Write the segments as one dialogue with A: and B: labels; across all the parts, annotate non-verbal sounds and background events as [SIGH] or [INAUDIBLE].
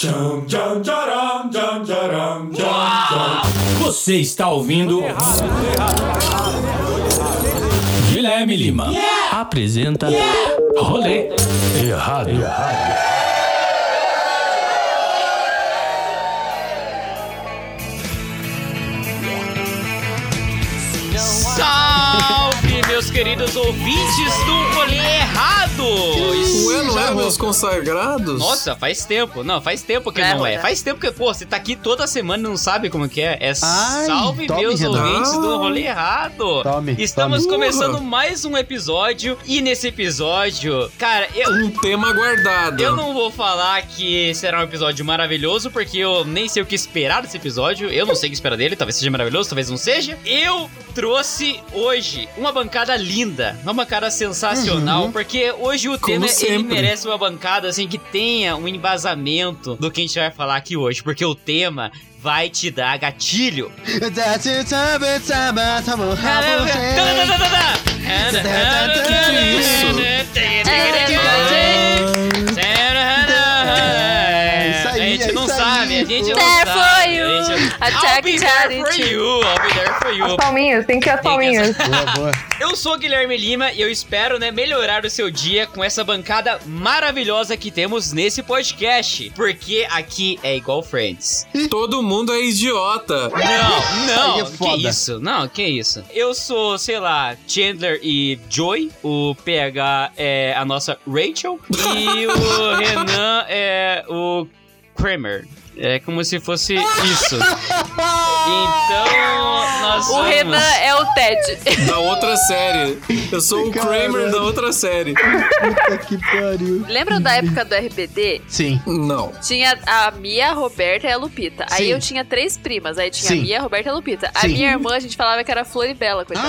A: Tcham, tcham, tcharam, tcham, tcharam, tcham, tcham. Você está ouvindo. Guilherme Lima apresenta Rolê Errado.
B: Salve, meus queridos ouvintes do Rolê Errado!
C: Ué, não é meus consagrados?
B: Nossa, faz tempo. Não, faz tempo que
D: É,
B: não é.
D: né?
B: Faz tempo que, pô, você tá aqui toda semana e não sabe como que é. É
E: Ai,
B: salve
E: tome,
B: meus
E: Renan.
B: ouvintes do rolê errado.
E: Tome, Uh!
B: Estamos
C: tome.
B: começando
C: Porra.
B: mais um episódio e nesse episódio, cara, eu
C: Um tema guardado.
B: eu não vou falar que será um episódio maravilhoso, porque eu nem sei o que esperar desse episódio. Eu não sei o que esperar dele, talvez seja maravilhoso, talvez não seja. Eu trouxe hoje uma bancada linda, uma bancada sensacional, porque hoje o tema ele
C: sempre.
B: merece uma bancada assim que tenha um embasamento do que a gente vai falar aqui hoje, porque o tema vai te dar gatilho.
E: É, isso aí,
B: A gente
E: é
B: não
E: isso aí.
B: sabe, a gente não
D: There
B: sabe.
D: for you.
B: a gente- I'll
D: Attack
B: be there for
D: charity.
B: you. I'll be there for
F: As
B: you.
F: palminhas, tem que ter as
B: Tem que
F: palminhas.
E: Boa, boa.
B: Eu sou o Guilherme Lima e eu espero, né, melhorar o seu dia com essa bancada maravilhosa que temos nesse podcast. Porque aqui é igual Friends.
C: Todo mundo é idiota.
B: Não, [LAUGHS]
E: Aí é
B: não, que
E: foda.
B: isso? Não, que isso? Eu sou, sei lá, Chandler e Joy. O PH é a nossa Rachel. E [LAUGHS] o Renan é o Kramer. É como se fosse [LAUGHS] isso. Então, nós
D: O
B: somos-
D: Renan é o Ted.
C: Da outra série. Eu sou o
E: Cara.
C: Kramer da outra série.
E: Puta que pariu.
D: Lembra da época do RBD?
E: Sim.
C: Não.
D: Tinha a Mia, a Roberta e a Lupita. Aí
E: Sim.
D: eu tinha três primas. Aí tinha
E: Sim.
D: a Mia, a Roberta e a Lupita. A
E: Sim.
D: minha irmã, a gente falava que era Floribela, coitada.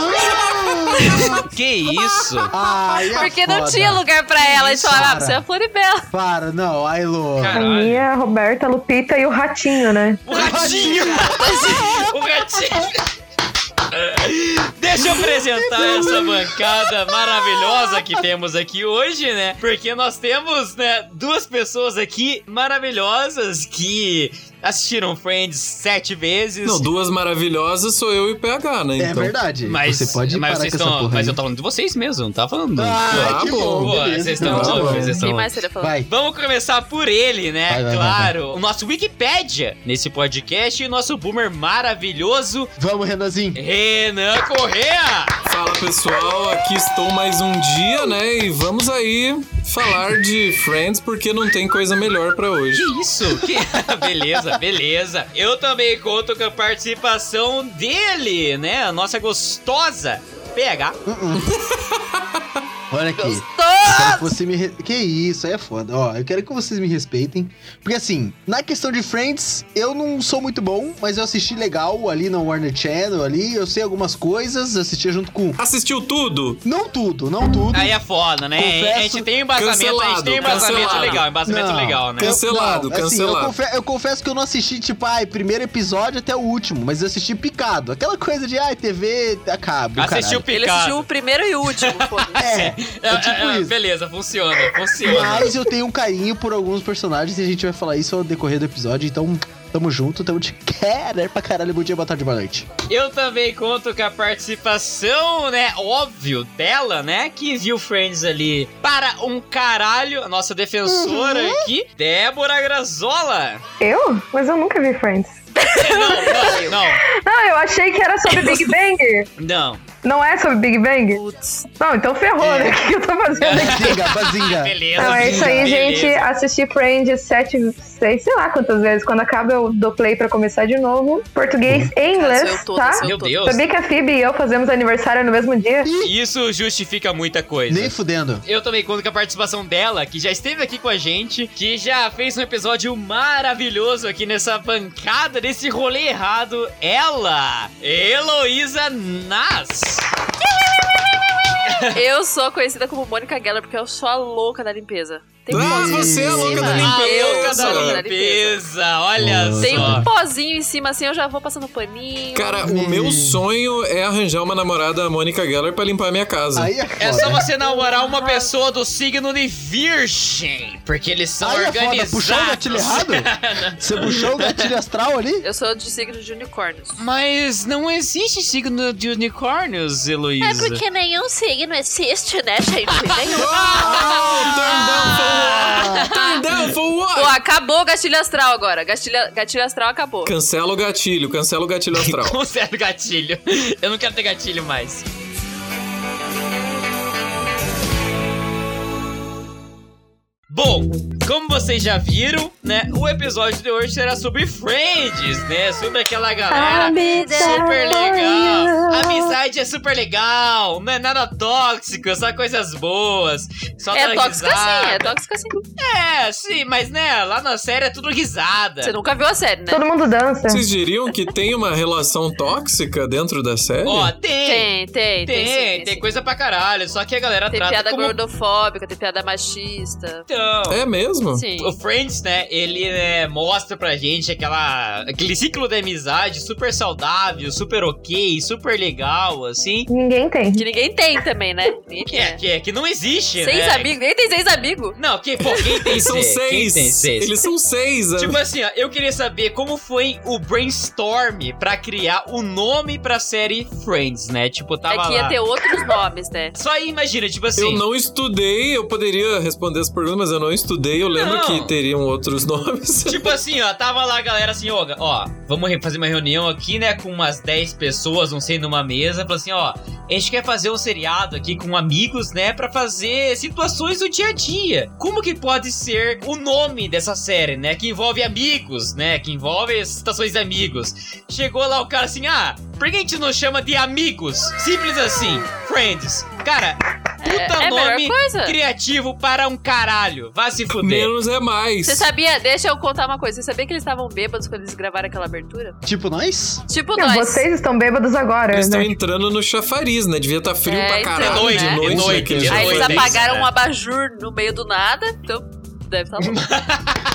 B: Que [LAUGHS] isso?
E: Ai,
F: Ah,
E: é
D: Porque não
E: foda.
D: tinha lugar pra ela. A gente falava, ah,
E: cara.
D: você é a Floribela.
E: Para, não, ai, Lô.
B: Cara.
F: A minha, a Roberta, a Lupita e o Ratinho, né?
B: O ratinho! o ratinho! Deixa eu apresentar essa bancada maravilhosa que temos aqui hoje, né? Porque nós temos, né, duas pessoas aqui maravilhosas que assistiram Friends sete vezes.
C: Não, duas maravilhosas sou eu e o PH, né?
E: É
C: Então.
E: verdade.
B: Mas,
E: você pode
B: mas
E: parar
B: vocês
E: com essa
B: estão.
E: porra.
B: mas
E: aí.
B: eu tô falando de vocês mesmo, não tá falando.
E: Ah,
C: Ah,
E: que
C: pô,
B: Pô,
E: bom, beleza,
B: vocês
E: então,
B: estão
E: tá
B: loucos,
E: bom.
B: vocês
D: Quem
B: estão
D: mais seria falando?
E: Vai.
B: Vamos começar por ele, né?
E: Vai, vai,
B: claro. O nosso Wikipédia nesse podcast e o nosso boomer maravilhoso,
E: Vamos, Renanzinho.
B: Renan Correa!
C: Fala pessoal, aqui estou mais um dia, né? E vamos aí falar de Friends porque não tem coisa melhor pra hoje.
B: Que isso? Que... [LAUGHS] beleza, beleza. Eu também conto com a participação dele, né? A nossa gostosa PH.
E: Olha aqui. Eu
D: Tô!
E: quero que você me. re- Que isso, aí é foda. Ó, eu quero que vocês me respeitem. Porque assim, na questão de Friends, eu não sou muito bom, mas eu assisti legal ali na Warner Channel, ali. Eu sei algumas coisas, assistia junto com.
C: Assistiu tudo?
E: Não tudo, não tudo.
B: Aí é foda, né?
E: Confesso-
B: a gente tem embasamento, a gente tem
C: Cancelado,
B: embasamento
C: cancelado.
B: legal, embasamento
E: Não,
B: legal, né?
E: eu-
C: Cancelado,
E: não, assim, eu
C: cancelado.
E: confe- eu, confesso que eu não assisti, tipo, ai, primeiro episódio até o último, mas eu assisti picado. Aquela coisa de, ai, TV acaba.
B: Assistiu
E: Assistiu
D: Ele assistiu o
B: picado.
D: primeiro e último, foda-se.
E: É,
B: [LAUGHS] É,
E: é tipo
B: é, é,
E: isso.
B: beleza, funciona, funciona.
E: Mas eu tenho um carinho por alguns personagens e a gente vai falar isso ao decorrer do episódio, então tamo junto, tamo de querer pra caralho, bom dia, boa tarde, boa
B: [LAUGHS]
E: noite.
B: Eu também conto com a participação, né? Óbvio, dela, né? Que viu Friends ali para um caralho. A nossa defensora
F: Uhum.
B: aqui, Débora
F: [LAUGHS]
B: Grazola.
F: Eu? Mas eu nunca vi Friends.
B: Não, não,
F: Não, eu achei que era [LAUGHS] sobre Big Bang.
B: não. não.
F: Não é sobre Big Bang?
D: Putz.
F: Não, então ferrou, né? [LAUGHS] O que que eu tô fazendo aqui?
E: Bazinga, bazinga.
B: Ah, Beleza,
F: Não, é isso aí,
B: beleza.
F: gente. Assisti Friends sete, seis, sei lá quantas vezes. Quando acaba, eu dou play pra começar de novo. Português e
D: Cara,
F: inglês,
D: sou eu toda,
F: tá?
D: sou eu
B: Meu
D: toda.
B: Deus,
F: Sabia que a Phoebe e eu fazemos aniversário no mesmo dia?
B: isso justifica muita coisa.
E: Nem fudendo.
B: Eu também conto com a participação dela, que já esteve aqui com a gente, que já fez um episódio maravilhoso aqui nessa bancada, nesse rolê errado. Ela, Heloísa Nas.
D: Eu sou conhecida como Mônica Geller porque eu sou a louca da limpeza. Tem um
C: Ah,
D: pozinho
C: você é
D: em
C: a louca
D: cima.
C: da
B: A louca da
C: limpeza.
D: Eu sou a louca
B: limpeza, olha
A: Nossa.
D: Tem
B: só.
D: um pozinho em cima, assim, eu já vou passando paninho.
C: Cara, o meu sonho é arranjar uma namorada Mônica Geller pra limpar a minha casa.
E: Aí é foda.
B: [LAUGHS] É só você namorar uma pessoa do signo de virgem, porque eles são
E: Aí é foda.
B: organizados.
E: Puxou o gatilho errado? Você puxou o gatilho astral ali?
D: Eu sou de signo de unicórnios.
B: [LAUGHS] Mas não existe signo de unicórnios, Heloísa.
D: É nenhum signo existe, né, [LAUGHS] gente? Nenhum.
C: Oh, turn down for what? Turn down for
D: Pô,
C: what?
D: acabou o gatilho astral agora. Gatilho, gatilho astral acabou.
C: Cancela o gatilho, cancela o gatilho
E: [LAUGHS]
C: astral.
B: Conserta o gatilho. Eu não quero ter gatilho mais. Bom, como vocês já viram, né? O episódio de hoje será sobre Friends, né? Sobre aquela galera super legal. Amizade é super legal, não é nada tóxico, só coisas boas. Só
D: É
B: dar
D: tóxica
B: risada.
D: sim, é tóxica sim.
B: É, sim, mas né, lá na série é tudo risada.
D: Você nunca viu a série, né?
F: Todo mundo dança.
C: Vocês diriam que tem uma relação tóxica dentro da série?
B: Ó, tem,
D: Tem, tem, tem.
B: Tem,
D: sim,
B: tem,
D: sim.
B: coisa pra caralho, só que a galera
D: Tem
B: trata
D: piada
B: como...
D: gordofóbica, tem piada machista.
B: Então,
C: É mesmo?
D: Sim.
B: o Friends, né, ele né, mostra pra gente aquela, aquele ciclo da amizade super saudável, super ok, super legal, assim,
F: Ninguém tem.
D: Que ninguém tem também, né? Ninguém
B: que,
D: tem,
B: é,
D: né?
B: que, é- que não existe,
D: Seis
B: né?
D: amigos, ninguém tem seis amigos.
B: Não, que, pô, quem tem
C: Eles [LAUGHS] são
B: seis? Quem
C: seis.
B: tem seis?
C: Eles são seis.
B: Tipo assim, ó, eu queria saber como foi o brainstorm pra criar o nome pra série Friends, né? Tipo, tava
D: é que ia
B: lá.
D: ter outros nomes, né?
B: Só aí imagina, tipo assim...
C: Eu não estudei, eu poderia responder essa pergunta, mas eu não estudei. Eu lembro
B: Não.
C: que teriam outros [LAUGHS] nomes.
B: [LAUGHS] Tipo assim, ó, tava lá a galera assim, ó, ó, vamos re- fazer uma reunião aqui, né, com umas 10 pessoas, não sei, numa mesa, falou assim, ó, a gente quer fazer um seriado aqui com amigos, né, pra fazer situações do dia a dia. Como que pode ser o nome dessa série, né, que envolve amigos, né, que envolve situações de amigos? Chegou lá o cara assim, ah, por que a gente não chama de amigos? Simples assim, friends. Cara, puta
D: É- é a melhor
B: nome
D: coisa.
B: criativo para um caralho. Vá se fuder.
C: Menos é mais.
D: Você sabia? Deixa eu contar uma coisa. Você sabia que eles estavam bêbados quando eles gravaram aquela abertura?
E: Tipo nós?
D: Tipo
F: Não,
D: nós.
F: vocês estão bêbados agora,
C: Eles estão
F: né?
C: entrando no chafariz, né? Devia estar frio
D: É,
C: pra
D: então,
C: caralho
D: né?
C: de noite.
B: É noite,
C: naquele
B: é
D: Aí eles
B: noite.
C: chafariz.
D: apagaram
B: né?
D: um abajur no meio do nada, então deve estar louco.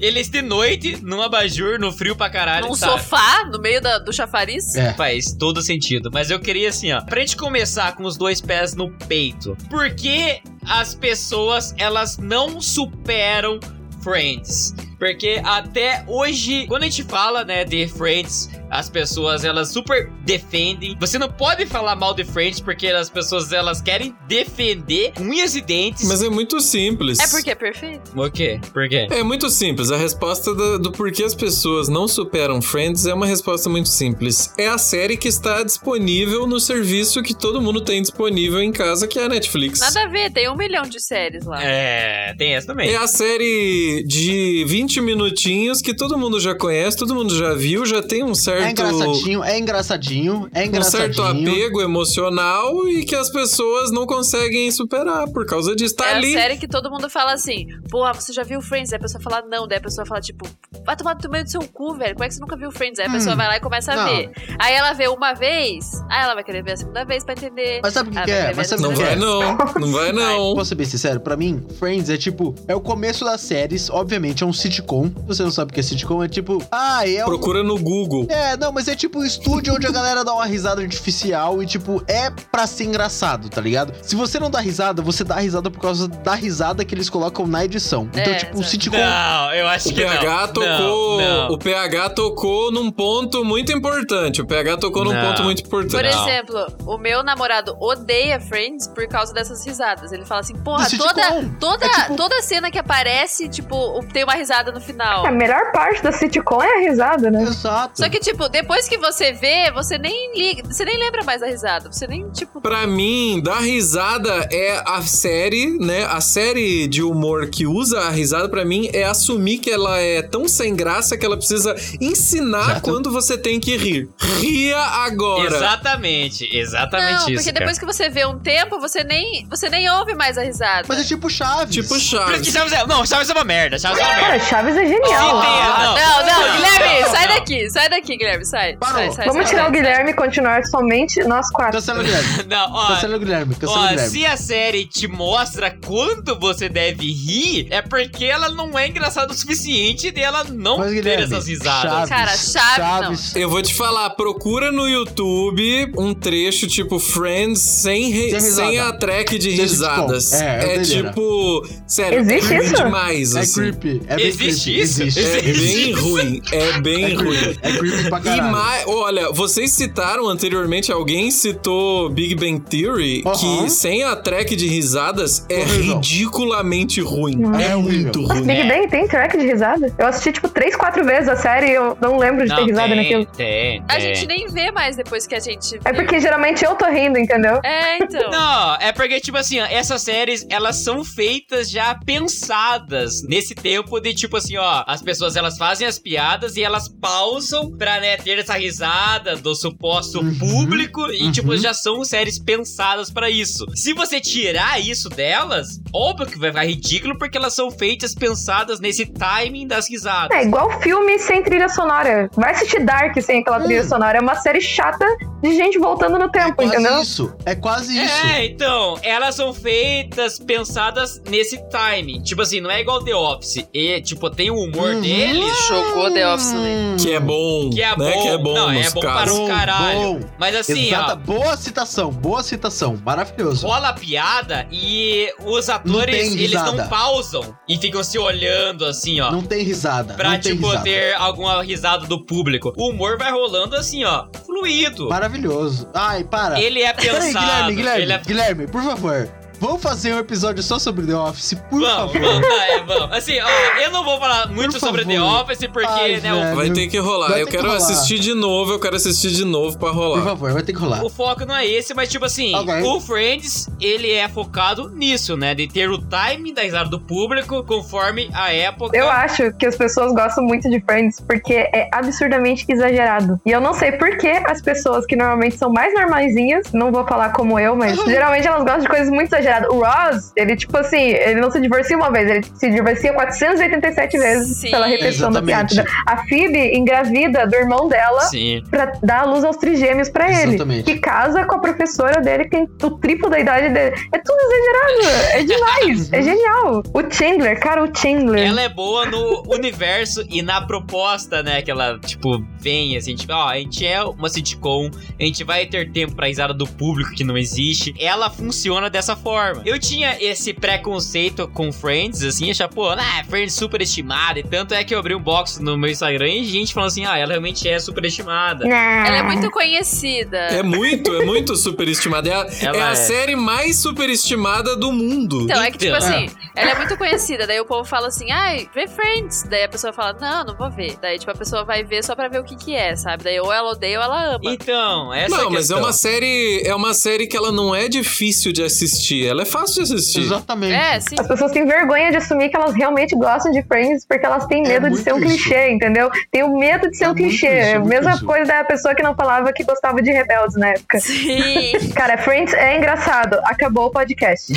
B: Eles de noite, num abajur, no frio pra caralho.
D: Num
B: sabe?
D: sofá, no meio da- do chafariz.
E: É.
B: Faz todo sentido. Mas eu queria assim, ó. Pra gente começar com os dois pés no peito. Por que as pessoas, elas não superam Friends? Porque até hoje, quando a gente fala, né, de Friends, as pessoas, elas super defendem. Você não pode falar mal de Friends, porque as pessoas, elas querem defender unhas e dentes.
C: Mas é muito simples.
D: É porque é perfeito.
B: O quê? Por
C: [LAUGHS]
B: quê?
C: É muito simples. A resposta da- do, porquê as pessoas não superam Friends é uma resposta muito simples. É a série que está disponível no serviço que todo mundo tem disponível em casa, que é a Netflix.
D: Nada a ver, tem um milhão de séries lá.
B: É, tem essa também.
C: É a série de 20 minutinhos que todo mundo já conhece, todo mundo já viu, já tem um
E: É
C: certo.
E: engraçadinho, é engraçadinho, é
C: Um certo
E: engraçadinho.
C: apego emocional e que as pessoas não conseguem superar por causa disso. Tá
D: é
C: ali.
D: a série que todo mundo fala assim, pô, você já viu Friends? Aí a pessoa fala não, daí a pessoa fala tipo, vai tomar no meio do seu cu, velho, como é que você nunca viu Friends? Aí a
E: Hum,
D: pessoa vai lá e começa a
E: não.
D: ver. Aí ela vê uma vez, aí ela vai querer ver a segunda vez pra entender.
E: Mas sabe o que,
D: Ah,
E: que é?
D: vai
E: Mas sabe o
C: Não
E: que que é?
C: vai, não. Não vai, não.
E: Posso ser bem sincero? Pra mim, Friends é tipo, é o começo das séries, obviamente é um sitcom. Se você não sabe o que é sitcom, é tipo, ah, é um.
C: Procura no Google.
E: É, não, mas é tipo um estúdio onde a galera dá uma risada artificial e, tipo, é pra ser engraçado, tá ligado? Se você não dá risada, você dá risada por causa da risada que eles colocam na edição. Então,
D: É,
E: tipo, um
D: exato.
E: sitcom.
B: Não, eu acho
C: O
B: que
C: PH
B: não.
C: tocou.
B: Não,
C: O PH tocou num ponto muito importante. O PH tocou num
B: Não.
C: ponto muito
D: Por
C: importante.
B: Não.
D: exemplo, o meu namorado odeia Friends por causa dessas risadas. Ele fala assim, porra,
E: Do sitcom.
D: toda, toda,
E: É tipo-
D: toda cena que aparece, tipo, o- tem uma risada no final.
F: A melhor parte da sitcom é a risada, né?
E: Exato.
D: Só que, tipo, depois que você vê, você nem liga, você nem lembra mais da risada. Você nem, tipo,
C: Pra mim, dar risada é a série, né? A série de humor que usa a risada, pra mim, é assumir que ela é tão sem graça que ela precisa ensinar
E: Exato.
C: quando você tem que rir. Ria agora.
B: Exatamente, exatamente
D: não,
B: isso.
D: porque
B: cara.
D: depois que você vê um tempo, você nem, você nem ouve mais a risada.
E: Mas é tipo Chaves.
C: Tipo
B: Por isso que
C: Chaves.
B: Chaves é. Não, Chaves é uma merda. Chaves é uma
F: Cara,
B: merda.
F: Chaves é
B: Sim,
F: genial.
B: tem-
D: Ah, não, não, Guilherme, sai
B: não,
D: daqui, daqui, sai daqui, Guilherme, sai.
E: Parou.
D: Sai, sai,
F: Vamos
D: sai,
F: tirar
D: sai,
F: o Guilherme e continuar somente nós quatro.
E: Cancela
B: [LAUGHS]
E: o Guilherme.
B: Não, ó,
E: Cancela o Guilherme. Cancela o
B: Ó,
E: Guilherme.
B: se a série te mostra quanto você deve rir, é porque ela não é engraçada o suficiente e ela não
E: Mas,
B: ter
E: Guilherme,
B: essas risadas.
E: Chaves,
D: Cara, Chaves,
C: Eu vou te falar, procura no YouTube um trecho tipo Friends sem, re-
E: Sem
C: sem,
E: risada.
C: a track de
E: Sem
C: risadas.
E: sitcom. É, é doideira.
C: tipo. Sério,
F: Existe
C: é ruim
F: isso?
C: demais,
E: É
C: assim.
E: creepy. É bem
B: Existe
E: creepy.
B: isso?
E: Existe.
C: É
B: Existe
C: bem
B: isso?
C: ruim. É bem
E: É
C: ruim.
E: creepy. É creepy pra
C: E
E: caralho.
C: mais, olha, vocês citaram anteriormente, alguém citou Big Bang Theory,
E: Aham.
C: que sem a track de risadas é
E: Horrível.
C: ridiculamente ruim.
F: Nossa.
C: É
E: É horrível.
C: muito ruim.
F: Big Bang tem track de risada? Eu assisti tipo três, quatro vezes a série e eu não lembro de ter
B: Não,
F: risada
B: tem,
F: naquilo.
B: tem,
D: A
B: tem.
D: gente nem vê mais depois que a gente.
F: É
D: viu.
F: porque geralmente eu tô rindo, entendeu?
D: É, então.
B: Não, é porque, tipo assim, ó, essas séries, elas são feitas já pensadas nesse tempo de, tipo assim, ó, as pessoas, elas fazem as piadas e elas pausam pra, né, ter essa risada do suposto
E: Uhum,
B: público e, tipo,
E: uhum.
B: já são séries pensadas pra isso. Se você tirar isso delas, óbvio que vai ficar ridículo porque elas são feitas pensadas nesse timing das risadas.
F: É igual filme sem trilha sonora. Vai assistir Dark sem aquela trilha
B: Hum.
F: sonora. É uma série chata de gente voltando no
E: É
F: tempo,
E: quase
F: entendeu?
E: isso. É quase isso.
B: É, então, elas são feitas, pensadas nesse timing. Tipo assim, não é igual The Office. E, tipo, tem o humor
E: Uhum.
B: deles,
D: Ah, Chocou The Office também.
E: Hum.
C: Que é bom.
B: Que é
C: né?
B: bom.
C: Que é bom
B: Não, é
C: nos
B: bom para
C: casos.
B: um caralho.
E: bom.
B: Mas assim,
E: Exata,
B: ó.
E: boa citação, boa citação, maravilhoso.
B: Rola a piada e os atores,
E: tem
B: eles não
E: risada.
B: pausam e ficam se olhando assim, ó.
E: Não tem risada,
B: pra,
E: não tem
B: tipo,
E: risada.
B: ter alguma risada do público. O humor vai rolando assim, ó. Fluido.
E: Maravilhoso. Ai, para.
B: Ele
E: [LAUGHS]
B: é
E: Peraí,
B: pensado.
E: Guilherme, Guilherme,
B: ele é...
E: Guilherme, por favor. Vamos fazer um episódio só sobre The Office, por
B: Vamos,
E: favor.
B: vamos, tá, é, vamos. Assim, ó, eu não vou falar muito
E: Por
B: sobre The
E: favor.
B: Office, porque,
E: Ai,
B: né, o
E: velho.
C: Vai ter que rolar.
E: Vai
C: eu
E: ter que
C: quero
E: rolar.
C: assistir de novo, eu quero assistir de novo pra
E: Por
C: rolar.
E: favor, vai ter que rolar.
B: O foco não é esse, mas tipo assim,
E: Ok.
B: o Friends, ele é focado nisso, né? De ter o timing da risada do público conforme a época.
F: Eu acho que as pessoas gostam muito de Friends porque é absurdamente exagerado. E eu não sei por que as pessoas que normalmente são mais normaisinhas, não vou falar como eu, mas
B: Uhum.
F: geralmente elas gostam de coisas muito exageradas. O Ross, ele tipo assim, ele não se divorcia uma vez, ele se divorcia 487 vezes
D: Sim.
F: pela repetição da
E: Exatamente.
F: piada. A Phoebe engravida do irmão dela
B: Sim.
F: pra dar a luz aos trigêmeos pra ele.
E: Exatamente.
F: Que casa com a professora dele, que tem o triplo da idade dele. É tudo exagerado. É demais. é genial. O Chandler, cara, o Chandler.
B: Uhum. Ela é boa no universo e na proposta, né? Que ela, tipo, vem assim, tipo, ó, a gente é uma sitcom, a gente vai ter tempo pra risada do público que não existe. Ela funciona dessa forma. Eu tinha esse preconceito com Friends, assim, achar, pô, ah, Friends superestimada. E tanto é que eu abri um box no meu Instagram e gente falando assim, ah, ela realmente é superestimada.
D: Ela é muito conhecida.
C: É muito, é muito superestimada. É a,
B: Ela
C: é a
B: é.
C: série mais superestimada do mundo.
D: Então, é que tipo
B: Então.
D: assim, ela é muito conhecida. Daí o povo fala assim, ai, vê Friends. Daí a pessoa fala, não, não vou ver. Daí, tipo, a pessoa vai ver só pra ver o que que é, sabe? Daí ou ela odeia ou ela ama.
B: Então, essa
C: Não,
B: é a
C: mas é
B: questão.
C: uma série, é uma série que ela não é difícil de assistir, ela é fácil de assistir.
E: Exatamente.
D: É, sim.
F: As pessoas têm vergonha de assumir que elas realmente gostam de Friends porque elas têm medo de
E: muito
F: ser um
E: isso.
F: clichê, entendeu? Tem o medo de ser
E: É
F: um
E: muito
F: clichê.
E: isso,
F: É a
E: muito
F: mesma
E: isso.
F: coisa da pessoa que não falava que gostava de Rebeldes na época.
D: Sim.
F: Cara, Friends é engraçado. Acabou o podcast.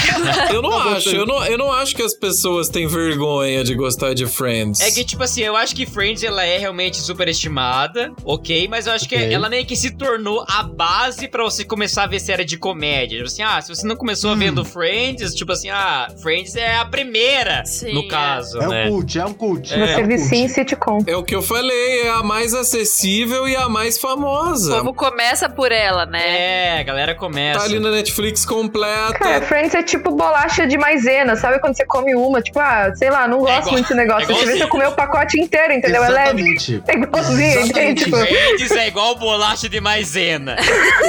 C: Eu não
E: Acabou
C: acho,
E: tudo.
C: eu não, eu não acho que as pessoas têm vergonha de gostar de Friends.
B: É que, tipo assim, eu acho que Friends ela é realmente superestimada, ok? Mas eu acho que
E: Ok.
B: ela meio que se tornou a base pra você começar a ver série de comédia. Tipo assim, ah, se você não começou
E: Hum.
B: vendo Friends, tipo assim, ah, Friends é a primeira,
D: Sim,
B: no
D: é.
B: caso,
E: É
B: né?
E: um cult, é um cult.
B: É,
F: Você
E: um cult.
F: vicia em sitcom.
C: É o que eu falei, é a mais acessível e a mais [LAUGHS]
D: O
C: famosa.
D: povo começa por ela, né?
B: É, a galera começa.
C: Tá
B: [LAUGHS]
C: ali na Netflix completa.
F: Cara, Friends é tipo bolacha de maisena, sabe? Quando você come uma, tipo, ah, sei lá, não gosto
B: igual-
F: muito desse negócio.
B: é
F: Deixa eu ver se eu
B: igualzinho.
F: comer o pacote inteiro, entendeu? É leve.
E: Exatamente.
F: É [LAUGHS] igualzinho,
E: Exatamente.
F: entende? Tipo,
B: Friends é igual bolacha de
D: [LAUGHS]
B: maisena.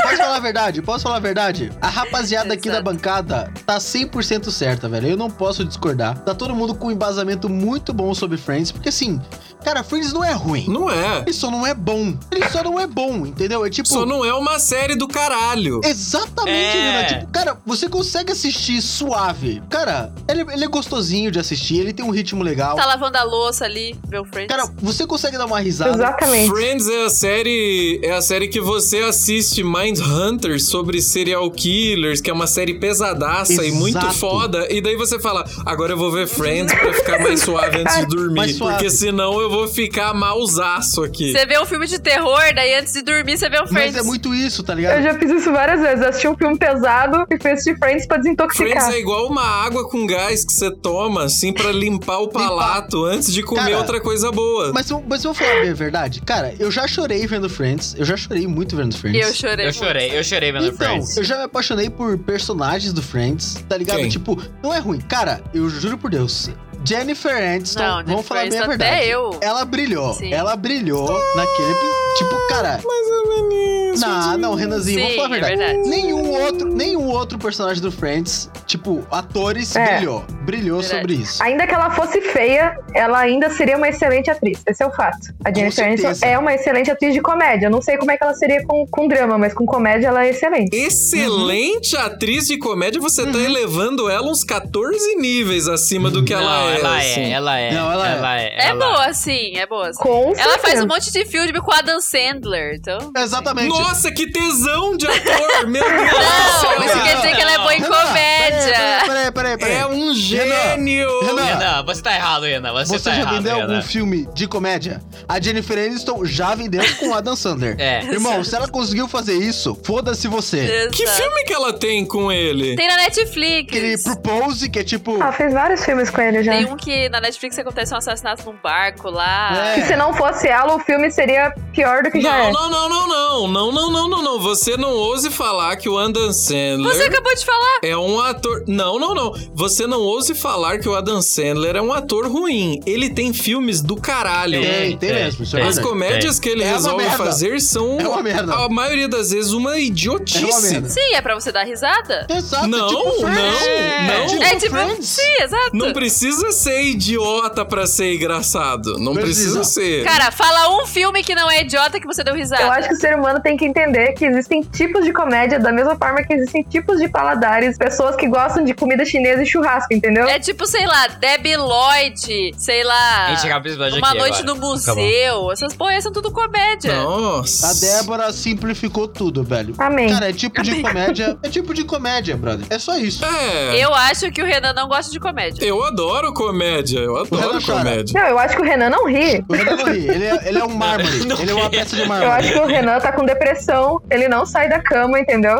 E: Posso falar a verdade? Posso falar a verdade? A rapaziada aqui da
D: Exato.
E: bancada tá 100% certa, velho. Eu não posso discordar. Tá todo mundo com um embasamento muito bom sobre Friends, porque assim, cara, Friends não é ruim.
C: Não é.
E: Ele só não é bom. Ele só não é bom, entendeu? É tipo.
C: Só não é uma série do caralho.
E: Exatamente,
B: É.
E: Renan. Tipo, cara, você consegue assistir suave. Cara, ele, ele é gostosinho de assistir, ele tem um ritmo legal.
D: Tá lavando a louça ali, meu friend.
E: Cara, você consegue dar uma risada.
F: exatamente.
C: Friends é a série é a série que você assiste Mind Hunter sobre serial killers, que é uma série pesadaça e
E: Exato.
C: muito foda, e daí você fala: "Agora eu vou ver Friends pra ficar mais suave antes de dormir,
E: Mais suave.
C: porque senão eu vou ficar mausaço aqui.
D: Você vê um filme de terror, daí antes de dormir você vê um Friends.
E: Mas é muito isso, tá
F: Eu
E: ligado?
F: já fiz isso várias vezes. Eu assisti um filme pesado e fui assistir Friends pra desintoxicar.
C: Friends é igual uma água com gás que você toma, assim, pra limpar o palato antes de comer
E: Cara,
C: outra coisa boa.
E: Mas, eu- mas eu vou falar bem a verdade. Cara, eu já chorei vendo Friends. Eu já chorei muito vendo Friends.
D: Eu chorei.
B: Eu chorei, eu chorei vendo
E: Então,
B: Friends.
E: eu já me apaixonei por personagens do Friends, tá ligado?
C: Quem?
E: Tipo, não é ruim. Cara, eu juro por Deus. Jennifer Aniston,
D: Não, Jennifer
E: vamos falar bem a
D: Aniston, até
E: verdade.
D: eu.
E: Ela brilhou.
D: Sim.
E: Ela brilhou naquele. epi- Tipo, cara.
C: Mais ou menos.
E: Não, não, Renanzinho, vamos
D: Sim,
E: falar a
D: é
E: verdade.
D: verdade.
E: Nenhum, outro, nenhum outro personagem do Friends, tipo, atores,
F: É.
E: brilhou. Brilhou
D: Verdade.
E: sobre isso.
F: Ainda que ela fosse feia, ela ainda seria uma excelente atriz. Esse é o fato. A
E: Com
F: Jennifer Aniston
E: certeza.
F: é uma excelente atriz de comédia. Eu Não sei como é que ela seria com, com drama, mas com comédia ela é excelente.
C: Excelente atriz de comédia, você tá elevando ela uns 14 níveis acima do que
B: Não,
C: ela é.
B: ela
C: assim.
B: é, ela é,
E: Não, ela é.
B: ela é.
D: É
B: ela
D: boa, sim, é boa. sim.
F: Com
D: Ela faz
F: certeza.
D: um monte de filme com a Adam Sandler, então.
E: Exatamente.
C: Nossa, que tesão de ator! [LAUGHS] Meu Deus do céu!
D: Não, isso quer dizer que ela é boa em
E: Renan,
D: comédia.
E: Peraí, peraí, peraí. peraí.
C: É um gênio!
E: Renan,
B: Renan, você tá errado, Renan. Você,
E: Você
B: tá
E: já
B: errado,
E: vendeu
B: Renan.
E: algum filme de comédia? A Jennifer Aniston já vendeu com Adam Sandler.
B: É.
E: [LAUGHS] Irmão, se ela conseguiu fazer isso, foda-se você.
D: Exato.
C: Que filme que ela tem com ele?
D: Tem na Netflix.
E: Aquele propose que é tipo.
F: Ela fez vários filmes com ele já.
D: Tem um que na Netflix acontece um assassinato num barco lá.
E: É.
F: Que se não fosse ela, o filme seria pior do que já é.
C: Não, não, não, não, não, não, não, não, não, não. Você não ouse falar que o Adam Sandler
D: Você acabou de falar.
C: é um ator. Não, não, não. Você não ouse falar que o Adam Sandler é um ator ruim. Ele tem filmes do caralho.
E: Tem, tem,
B: tem,
E: mesmo. Isso é
B: tem.
C: As
E: verdade.
C: comédias que ele
E: É uma
C: resolve
E: merda.
C: fazer são
E: É uma merda.
C: a maioria das vezes uma
E: É uma
C: idiotice.
E: merda.
D: Sim, é pra você dar risada.
E: Exato,
C: Não,
E: tipo Friends.
C: não,
E: É
C: não.
E: tipo,
D: é tipo,
E: Friends.
D: sim, exato.
C: não precisa ser idiota pra ser engraçado. Não precisa,
E: Precisa.
C: ser.
D: Cara, fala um filme que não é idiota que você deu risada.
F: Eu acho que o ser humano tem que entender que existem tipos de comédia da mesma forma que existem tipos de paladares, pessoas que gostam de comida chinesa e churrasco, entendeu?
D: É tipo, sei lá, Debbie Lloyd, sei lá.
B: A gente acaba esse episódio
D: Ah, Uma
B: aqui
D: noite
B: agora.
D: no museu. Essas porras são tudo comédia.
C: Nossa.
E: A Débora simplificou tudo, velho.
F: Amém.
E: Cara, é tipo de comédia. É tipo de comédia, brother. É só isso.
C: É.
D: Eu acho que o Renan não gosta de comédia.
C: Eu adoro comédia, eu adoro
E: Renan chora.
C: comédia.
F: Não, eu acho que o Renan não ri.
E: O Renan não ri.
B: [LAUGHS]
E: Ele é, ele é um mármore.
B: Não
E: ele é uma
B: ri.
E: peça de
F: Eu
E: mármore.
F: acho que o Renan tá com depressão, ele não sai da cama, entendeu?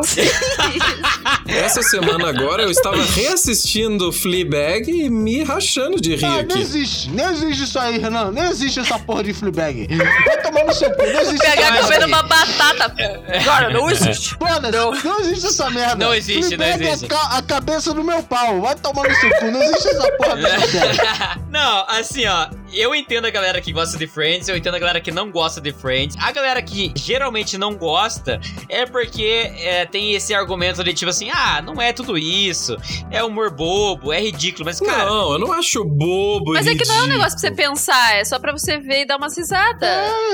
C: Essa semana agora eu estava reassistindo Fleabag e me rachando de rir
E: Ah, não
C: aqui.
E: existe. Não existe isso aí, Renan. Não existe essa porra de Fleabag. Vai tomar no seu cu. Não existe essa
D: Pegar
E: merda
D: comendo
E: aí.
D: uma batata. Cara, não existe.
E: Foda-se, não. existe essa merda.
B: Não existe, não
E: Fleabag é
B: existe.
E: ca- A, cabeça do meu pau. Vai tomar no seu cu. Não existe essa porra dessa série.
B: [LAUGHS] Não, assim, ó, eu entendo a galera que gosta de Friends, eu entendo a galera que não gosta de Friends. A galera que geralmente não gosta é porque é, tem esse argumento de tipo assim, ah, não é tudo isso, é humor bobo, é ridículo, mas cara.
C: Não, eu não acho bobo
D: Mas
C: e
D: é que não é um
C: ridículo.
D: negócio pra você pensar, é só pra você ver e dar umas
F: Ah,
D: risadas.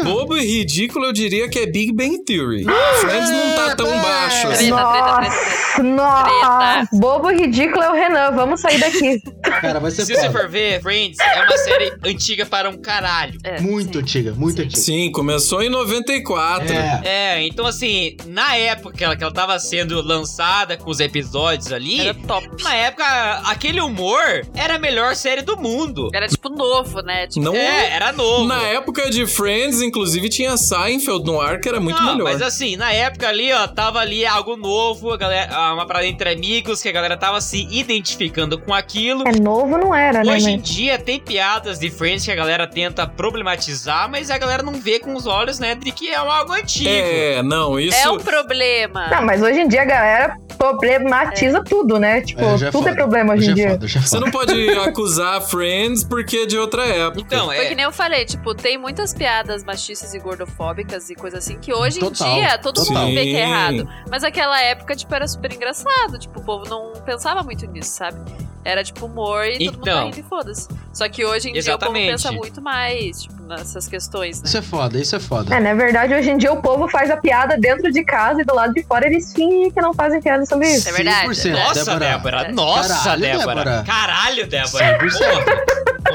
C: Bobo e ridículo eu diria que é Big Bang Theory. Friends não tá tão
E: É,
C: baixo
E: é.
C: assim.
D: Treta, treta, treta,
F: Nossa, nossa. Bobo e ridículo é o Renan, vamos sair daqui.
E: Cara, vai ser
B: Se você
E: foda.
B: for ver, Friends é uma série antiga para um caralho.
D: É,
E: Muito
D: sim.
E: antiga, muito antiga.
C: Sim, começou em 94.
E: É.
B: É, então assim, na época que ela, que ela tava sendo lançada com os episódios ali,
D: Era top.
B: na época aquele humor era a melhor série do mundo.
D: Era tipo novo, né? Tipo,
C: Não,
B: É, era novo.
C: Então, na época de Friends, inclusive, tinha Seinfeld no ar, que era muito
B: Não,
C: melhor.
B: Mas assim, na época ali, ó, tava ali algo novo, a galera, ah, uma parada entre amigos, que a galera tava se identificando com aquilo.
F: É novo, não era, né?
B: Hoje em
F: mãe?
B: dia tem piadas de Friends que a galera tenta problematizar, mas a galera não vê com os olhos, né, de que é algo antigo.
C: É, não, isso...
D: É um problema.
F: Não, mas hoje em dia a galera problematiza tudo, né? Tipo,
E: É, já é
F: tudo é
E: foda.
F: problema hoje
E: Já
F: em
E: é
F: dia.
E: foda, já é
C: Você
E: foda.
C: não pode acusar Friends porque é de outra época.
B: Então,
D: Foi que
B: é.
D: nem eu falei, tipo, tem muitas piadas machistas e gordofóbicas e coisas assim que hoje
E: Total,
D: em dia todo
C: total.
D: mundo vê que é
C: Sim.
D: errado. Mas aquela época, tipo, era super engraçado. Tipo, o povo não pensava muito nisso, sabe? Era tipo humor e todo mundo tá
B: Então.
D: rindo e foda-se. Só que hoje em
B: Exatamente.
D: dia o povo pensa muito mais, tipo, nessas questões, né?
E: Isso é foda, isso é foda.
F: É, na verdade, hoje em dia o povo faz a piada dentro de casa e do lado de fora eles fingem que não fazem piada sobre isso.
D: É verdade.
E: 100%,
B: Nossa, Débora. Nossa,
E: Caralho,
B: Débora.
E: Débora.
B: Caralho, Débora.
E: 100%.
B: Porra.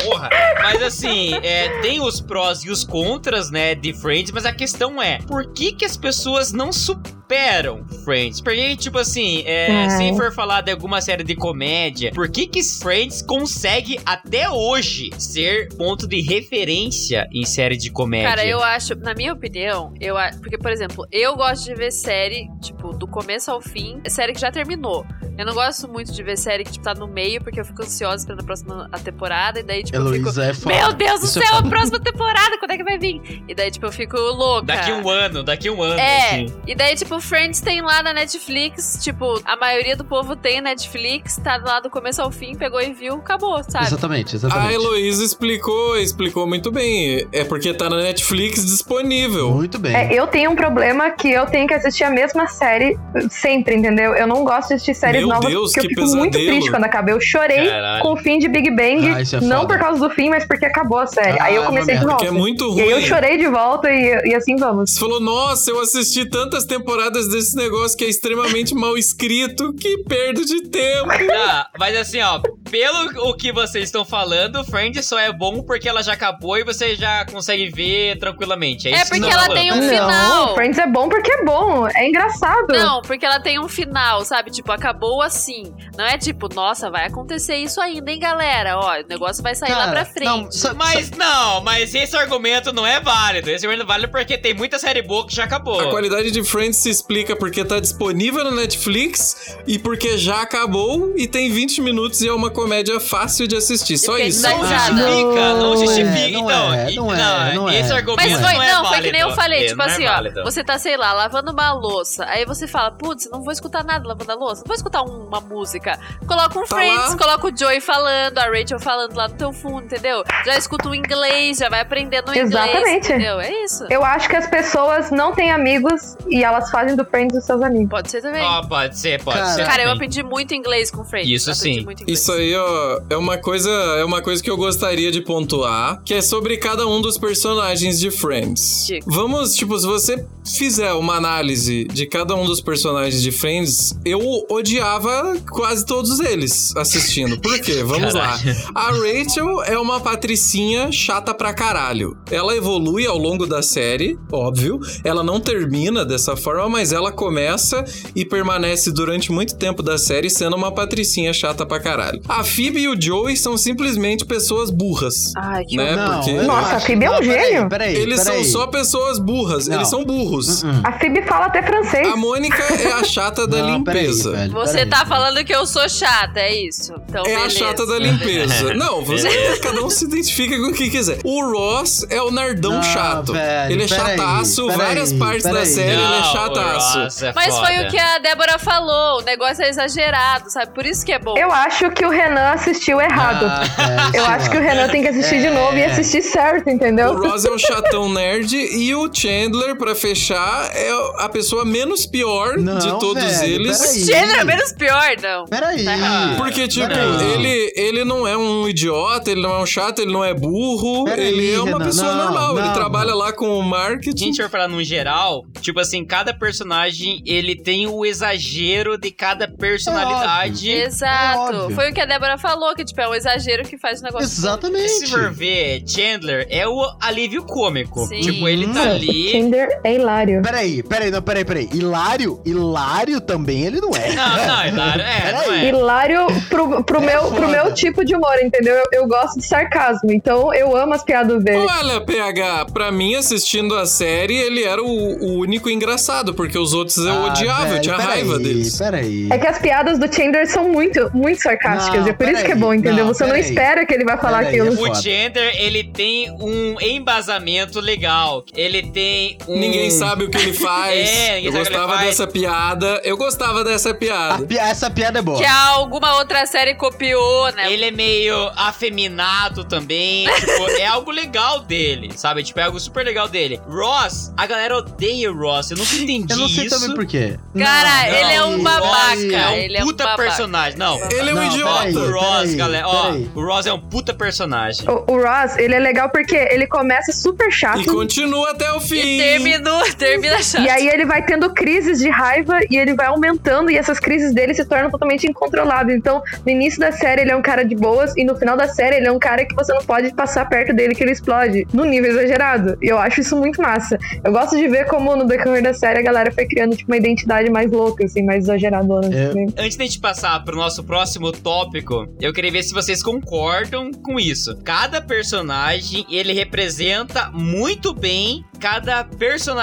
B: Porra. Mas assim, é, tem os prós e os contras, né, de Friends, mas a questão é, por que que as pessoas não suportam superam Friends? Porque, tipo assim, é,
F: Ai.
B: se for falar de alguma série de comédia, por que que Friends consegue até hoje ser ponto de referência em série de comédia?
D: Cara, eu acho, na minha opinião, eu a- porque por exemplo, eu gosto de ver série, tipo, do começo ao fim, é série que já terminou. Eu não gosto muito de ver série que tipo, tá no meio, porque eu fico ansiosa esperando a próxima a temporada e daí tipo eu fico
E: Heloísa é foda.
D: Meu Deus do
E: Isso é
D: céu, a
E: foda.
D: próxima temporada, quando é que vai vir? E daí tipo eu fico louca.
B: Daqui um ano, daqui um ano.
D: É,
B: assim.
D: e daí, tipo, Friends tem lá na Netflix, tipo, a maioria do povo tem Netflix, tá lá do começo ao fim, pegou e viu, acabou, sabe?
E: Exatamente,
C: A
E: exatamente.
C: Ah, Heloísa explicou, explicou muito bem. É porque tá na Netflix disponível.
E: Muito bem.
F: É, eu tenho um problema que eu tenho que assistir a mesma série sempre, entendeu? Eu não gosto de assistir séries
C: Meu
F: novas
C: Deus,
F: porque
C: que
F: eu fico muito
C: pesadelo.
F: triste quando acaba. Eu chorei
B: Caralho.
F: com o fim de Big Bang,
E: Ah, isso é
F: não
E: foda.
F: por causa do fim, mas porque acabou a série.
E: Ah,
F: aí
E: é
F: eu
E: uma
F: comecei de
E: merda,
F: volta.
C: Porque é muito
F: E
C: ruim.
F: aí eu chorei de volta e, e assim vamos.
C: Você falou, nossa, eu assisti tantas temporadas desse negócio que é extremamente mal escrito, que perda de tempo.
B: Tá, mas assim, ó, pelo o que vocês estão falando, Friends só é bom porque ela já acabou e você já consegue ver tranquilamente. É,
D: É
B: isso que
D: porque
B: você tá
D: ela
B: falando.
D: tem um
F: não,
D: final.
F: Friends é bom porque é bom, é engraçado.
D: Não, porque ela tem um final, sabe? Tipo, acabou assim. Não é tipo, nossa, vai acontecer isso ainda, hein, galera? Ó, o negócio vai
F: tá
D: sair lá pra frente.
E: Não, sa-
B: Mas não, mas esse argumento não é válido. Esse argumento vale porque tem muita série boa que já acabou.
C: A qualidade de Friends se explica porque tá disponível na Netflix e porque já acabou e tem 20 minutos e é uma comédia fácil de assistir. Só
D: Porque
C: isso.
D: dá
B: Não
D: risada.
B: justifica, não
E: Não é,
B: justifica.
E: não
B: Então,
E: é,
B: e-
E: não é, não é.
B: esse argumento
D: Mas
B: não,
D: foi,
B: é válido.
D: não, foi que nem eu falei,
B: É,
D: tipo
B: não é
D: assim, ó,
B: válido.
D: você tá, sei lá, lavando uma louça, aí você fala, putz, não vou escutar nada lavando a louça, não vou escutar um- uma música. Coloca um
C: Tá
D: Friends,
C: lá.
D: coloca o Joey falando, a Rachel falando lá no teu fundo, entendeu? Já escuta o inglês, já vai aprendendo o inglês,
F: Exatamente.
D: entendeu? É isso.
F: Eu acho que as pessoas não têm amigos e elas fazem do Friends os seus amigos.
D: Pode ser também.
B: Ó, pode ser, pode
E: Cara,
B: ser.
D: Cara, eu
B: também.
D: aprendi muito inglês com Friends.
B: Isso
D: aprendi
B: sim.
D: Muito inglês.
C: Isso aí, ó, é uma coisa, é uma coisa que eu gostaria de pontuar, que é sobre cada um dos personagens de Friends.
D: Dica.
C: Vamos, tipo, se você fizer uma análise de cada um dos personagens de Friends, eu odiava quase todos eles assistindo. Por quê? Vamos lá. A Rachel é uma patricinha chata pra caralho. Ela evolui ao longo da série, óbvio. Ela não termina dessa forma, mas ela começa e permanece durante muito tempo da série sendo uma patricinha chata pra caralho. A Phoebe e o Joey são simplesmente pessoas burras.
D: Ai, que
C: Né?
D: horror.
E: não,
C: porque-
E: eu
F: Nossa,
E: acho-
F: a Phoebe é um
E: não, peraí,
F: gênio.
E: Peraí,
C: Eles são
E: peraí.
C: só pessoas burras,
E: Não.
C: eles são burros.
E: Hum,
F: A Phoebe fala até francês.
C: A Mônica é a chata da
E: não, peraí,
C: limpeza.
E: velho,
D: Você
E: peraí. né?
D: tá falando que eu sou chata, é isso. Então,
C: É a
D: beleza.
C: chata da limpeza. Não, você, [LAUGHS] cada um se identifica com o que quiser. O Ross é o nardão
E: Não,
C: chato.
E: velho,
C: ele é
E: peraí,
C: chataço,
E: peraí,
C: várias partes da
E: peraí.
C: série ele é
B: Não,
C: chataço.
B: nossa, é
D: Mas foi
B: foda.
D: o que a Débora falou, o negócio é exagerado, sabe? Por isso que é bom.
F: Eu acho que o Renan assistiu errado.
E: Ah, é,
F: Eu
E: sei
F: acho
E: lá.
F: que o Renan tem que assistir de novo e assistir certo, entendeu?
C: O Ross é o chatão nerd e o Chandler, pra fechar, é a pessoa menos pior
E: Não,
C: de todos
E: velho,
C: eles.
E: peraí.
D: Gênero é menos pior, não.
E: Peraí.
D: Tá errado.
C: Porque, tipo,
E: Não.
C: ele, ele não é um idiota, ele não é um chato, ele não é burro,
E: Peraí,
C: ele é uma
E: Renan,
C: pessoa
E: não,
C: normal. ele
E: não.
C: trabalha lá com o
B: Se a
C: marketing.
B: gente for falar num geral, tipo assim, cada personagem, ele tem o exagero de cada personalidade.
E: É
D: Exato.
E: óbvio.
D: Foi o que a Débora falou, que tipo, é um exagero que faz o negócio.
B: Se
E: Exatamente.
B: for ver, Chandler é o alívio cômico.
D: Sim.
B: Tipo, ele tá ali...
F: Tinder é hilário.
E: Peraí, peraí, não, peraí, peraí. Hilário, Hilário também ele não é.
B: Não,
E: [LAUGHS]
B: não, é claro, é, não é.
F: Hilário pro, pro, meu, pro
E: foda.
F: meu tipo de humor, entendeu? Eu, eu gosto de sarcasmo, então eu amo as piadas dele.
C: Olha, PH, pra mim, assistindo a série, ele era o, o único engraçado, porque os outros eu
E: Ah,
C: odiava, eu
E: velho,
C: é tinha
E: peraí,
C: raiva deles.
E: Peraí.
F: É que as piadas do Chandler são muito, muito sarcásticas.
E: Não,
F: é por isso
E: peraí,
F: que é bom, entendeu?
E: não,
F: Você não
E: peraí.
F: espera que ele vai falar
E: Peraí,
F: aquilo.
E: é
B: O
E: Foda.
B: Chandler, ele tem um embasamento legal. Ele tem um...
C: Ninguém sabe o que ele faz.
B: É, ninguém
C: eu
B: sabe o que ele
C: gostava
B: faz.
C: dessa piada. Eu gostava dessa
E: A
C: piada.
E: pi- essa piada é boa.
D: Que alguma outra série copiou, né?
B: Ele é meio afeminado também. tipo, é algo legal dele, sabe? Tipo, é algo super legal dele. Ross, a galera odeia o Ross. Eu nunca entendi
E: Eu não sei
B: isso.
E: também por quê.
D: Cara,
E: Não,
D: ele é um
E: peraí,
D: babaca.
E: peraí.
D: Ele é um
B: puta
D: babaca.
B: personagem. Não,
C: Ele é um
E: Não,
C: idiota.
E: peraí.
B: o Ross,
E: peraí,
B: galera. Ó,
E: peraí.
B: o Ross é um puta personagem.
F: O, o Ross, ele é legal porque ele começa super chato.
C: E continua até o fim.
D: E terminou, [LAUGHS] termina chato.
F: E aí ele vai tendo crises de raiva e ele vai aumentando e essas crises dele se tornam totalmente incontroláveis. Então, no início da série ele é um cara de boas e no final da série ele é um cara que você não pode passar perto dele que ele explode. No nível nível exagerado. E eu acho isso muito massa. Eu gosto de ver como no decorrer da série a galera foi criando tipo, uma identidade mais louca, assim, mais exageradona.
E: É.
F: assim.
B: Antes da gente passar pro nosso próximo tópico, eu queria ver se vocês concordam com isso. Cada personagem, ele representa muito bem cada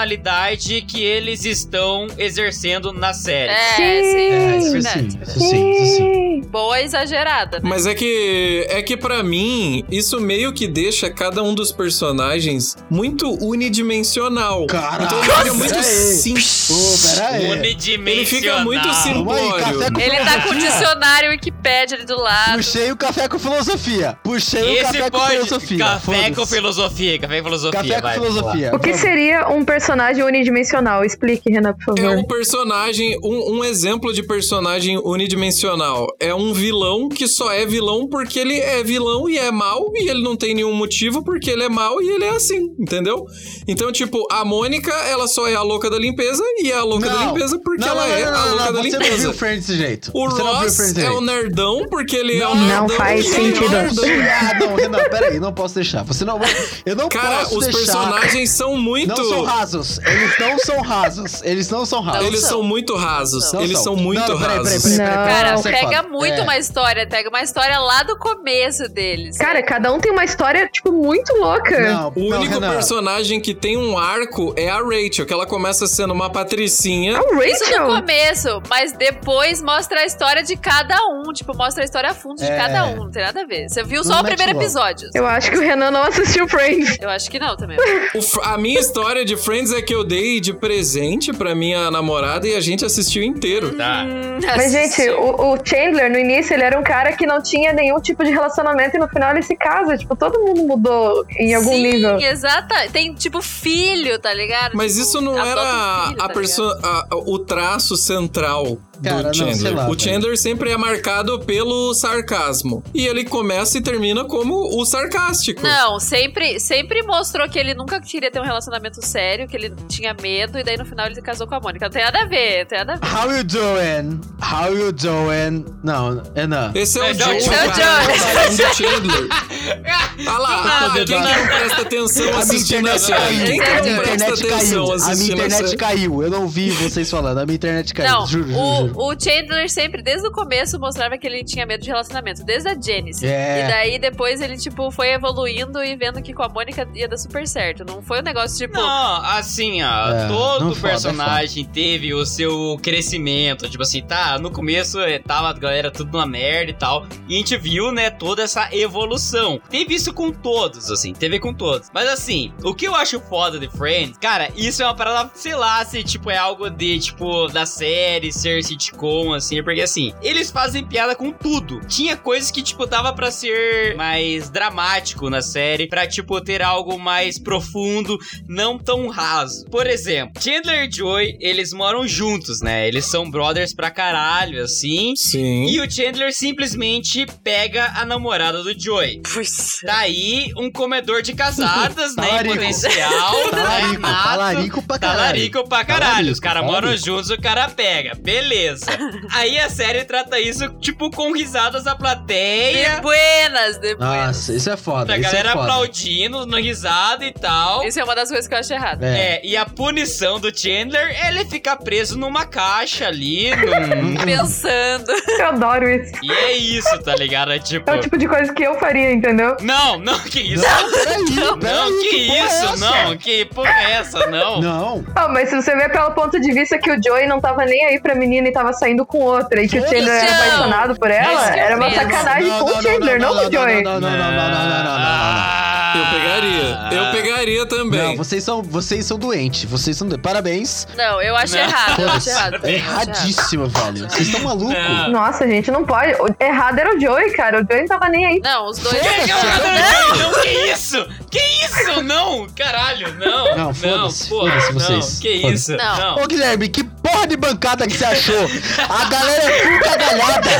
B: personalidade que eles estão exercendo na série.
D: É,
F: Sim.
D: sim.
E: É, isso sim,
D: verdade.
E: isso sim, isso sim.
D: Boa exagerada, né?
C: Mas é que é que para mim isso meio que deixa cada um dos personagens muito unidimensional.
E: Caraca,
C: então ele fica muito
E: pera aí.
C: simples.
E: Ô, pera aí.
B: Unidimensional.
C: Ele fica muito sim-
E: Vamos aí, café com
D: Ele tá com o
E: filosofia.
D: dicionário Wikipédia ali do lado.
E: Puxei o café com filosofia. Puxei o
B: Esse
E: café com
B: pode.
E: filosofia.
B: Café com
E: Foda-se.
B: filosofia. Café com filosofia.
E: Café com
B: vai.
E: filosofia.
F: O que seria um personagem unidimensional? Explique, Renan, por
C: É
E: Uhum.
F: favor.
C: um personagem, um, um exemplo de personagem unidimensional. É um vilão que só é vilão porque ele é vilão e é mal, e ele não tem nenhum motivo porque ele é mal e ele é assim, entendeu? Então, tipo, a Mônica, ela só é a louca da limpeza e é a louca da
E: Não.
C: limpeza porque
E: Não, não,
C: ela
E: não,
C: é
E: não,
C: a louca
E: não, não,
C: da
E: Você não viu
C: limpeza.
E: o Friends desse jeito.
C: O
E: você não viu o Friends
C: Ross
E: desse
C: é o
E: jeito.
C: nerdão porque ele é um
F: Não
C: nerdão.
F: faz
C: e ele é um
F: sentido.
C: nerdão.
E: Ah, não, Renan, peraí, não posso deixar. Você não vai. Eu não
C: Cara,
E: posso
C: os
E: deixar.
C: personagens são muito...
E: Não são rasos. Eles não são rasos. Eles não são rasos.
C: Eles
D: Não
C: são
D: são.
C: muito rasos.
E: Não
C: Eles
E: são.
C: são muito
E: Não, peraí, peraí,
C: rasos.
E: peraí, peraí, peraí,
D: Cara,
E: você
D: Tá pega
E: fala.
D: muito
E: É.
D: uma história, pega uma história lá do começo deles.
F: Cara, cada um tem uma história, tipo, muito louca.
E: Não,
C: O
E: não,
C: único
E: Renan.
C: personagem que tem um arco é a Rachel, que ela começa sendo uma patricinha.
F: É o
D: Isso no
F: Rachel.
D: começo, mas depois mostra a história de cada um. Tipo, mostra a história a fundo de
E: É.
D: cada um. Não tem nada a ver. Você viu só
E: Não
D: o primeiro
E: mete louco.
D: episódio.
F: Eu acho que o Renan não assistiu Friends.
D: Eu acho que não também.
C: O f- a minha história de Friends é que eu dei de presente pra minha namorada e a gente assistiu inteiro.
B: Tá.
F: [LAUGHS] Mas, gente, o, o Chandler, no início, ele era um cara que não tinha nenhum tipo de relacionamento e no final ele se casa. Tipo, todo mundo mudou em algum
D: Sim,
F: nível.
D: exata. Tem, tipo, filho, tá ligado?
C: Mas
D: Tipo,
C: isso não
D: adota um
C: era
D: filho,
C: a
D: tá
C: perso- a- a- o traço central
E: Cara, não,
C: do Chandler.
E: sei lá,
C: o
E: velho.
C: Chandler sempre é marcado pelo sarcasmo. E ele começa e termina como o sarcástico.
D: Não, sempre, sempre mostrou que ele nunca queria ter um relacionamento sério, que ele tinha medo, e daí no final ele se casou com a Mônica. Não tem nada a ver, não tem nada a ver.
E: How you doing? How you doing? Não, Renan.
C: Esse é o
B: Esse é
C: Joe,
B: o
C: Joe,
B: Joe.
C: cara, eu tô falando do Chandler. Ah lá,
B: Do nada,
C: quem
B: do
C: que não
B: nada.
C: presta atenção
E: A minha
C: assistindo a
E: internet
C: série?
E: caiu.
C: Quem
E: A
C: que
E: minha
C: não presta
E: internet
C: atenção
E: caiu. A minha
C: assistindo a
E: internet
C: série?
E: caiu. Eu não vi vocês falando. A minha internet caiu.
D: Não,
E: juro, juro, juro.
D: o, o Chandler sempre, desde o começo, mostrava que ele tinha medo de relacionamento, desde a Genesis.
E: É.
D: E daí depois ele, tipo, foi evoluindo e vendo que com a Mônica ia dar super certo. Não foi um negócio, tipo.
B: Não, assim, ó,
E: É, não
B: todo
E: foda,
B: personagem teve o seu crescimento. Tipo assim, tá, no começo eh, tava a galera tudo na merda e tal. E a gente viu, né, toda essa evolução. Teve isso com todos, assim, teve com todos. Mas assim, o que eu acho foda de Friends, cara, isso é uma parada, sei lá, se tipo, é algo de, tipo, da série, ser sitcom, assim, porque assim, eles fazem piada com tudo. Tinha coisas que, tipo, dava pra ser mais dramático na série, pra, tipo, ter algo mais profundo não tão raso. Por exemplo, Chandler e Joy, eles moram juntos, né? Eles são brothers pra caralho, assim.
C: Sim.
B: E o Chandler simplesmente pega a namorada do Joy.
D: Putz.
B: Daí, um comedor de
E: [LAUGHS]
B: casadas, né? Em
E: Talarico.
B: potencial. né,
E: Talarico,
B: nato.
E: talarico pra caralho.
B: Talarico pra caralho. Os
E: Talarico,
B: caras moram
E: talarico.
B: juntos, o cara pega.
E: [LAUGHS]
B: Beleza. Aí a série trata isso, tipo, com risadas da
D: De
B: plateia.
D: buenas, de buenas.
E: Nossa, isso é foda.
B: A
E: isso
B: galera
E: é foda.
B: aplaudindo, no risada e tal.
D: Isso é uma das coisas que eu acho errado.
E: É.
B: É, e a punição do Chandler é ele ficar preso numa caixa ali.
E: [LAUGHS]
B: num-
E: É.
D: Pensando. [LAUGHS]
F: Eu adoro isso.
B: e é isso, tá ligado? É tipo.
F: É o tipo de coisa que eu faria, entendeu?
B: Não, não, que isso?
E: Não, peraí,
B: Não,
E: peraí,
B: que,
E: porra é
B: isso?
E: essa?
B: não, que porra é essa? Não.
E: Não.
F: Ah, mas se você vê pelo ponto de vista que o Joey não tava nem aí pra menina e tava saindo com outra e que o
E: Foda-se,
F: Chandler era
D: não.
F: apaixonado por ela,
D: Esse que então, é
F: era
D: o
F: uma
D: medo.
F: sacanagem
E: Não,
F: com
E: não,
F: o Chandler, não, com o Joey.
E: Não, não, não, não, não, não, não, não, não, não.
B: Ah.
C: Eu pegaria. Eu pegaria também.
E: Não, vocês são, vocês são doentes. Vocês são doentes. Parabéns.
D: Ah, Não, eu acho
B: Não.
D: errado. Eu acho
E: Foda-se. É
D: errado. eu acho errado.
E: erradíssimo, velho. Vocês estão malucos.
B: Não.
F: Nossa, gente, não pode. O- Errado era o Joey, cara. O Joey não tava nem aí.
D: Não, os dois.
B: Que que é o jogador de Não, que isso? Que isso? Não, caralho, não.
E: Não, foda-se, foda-se vocês.
B: Não, que
E: Foda-se.
B: isso?
D: Não.
B: Não.
E: Ô, Guilherme, que porra de bancada que você achou? A galera é tudo agalhada.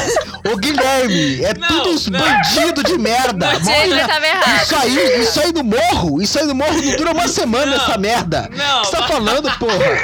E: Ô, Guilherme, é
B: Não,
E: tudo uns
B: não.
E: bandidos de merda.
D: O Chandler tava errado.
E: Isso aí, isso aí no morro, isso aí no morro não dura uma semana
B: Não,
E: essa merda.
B: não.
E: O que você tá falando, porra?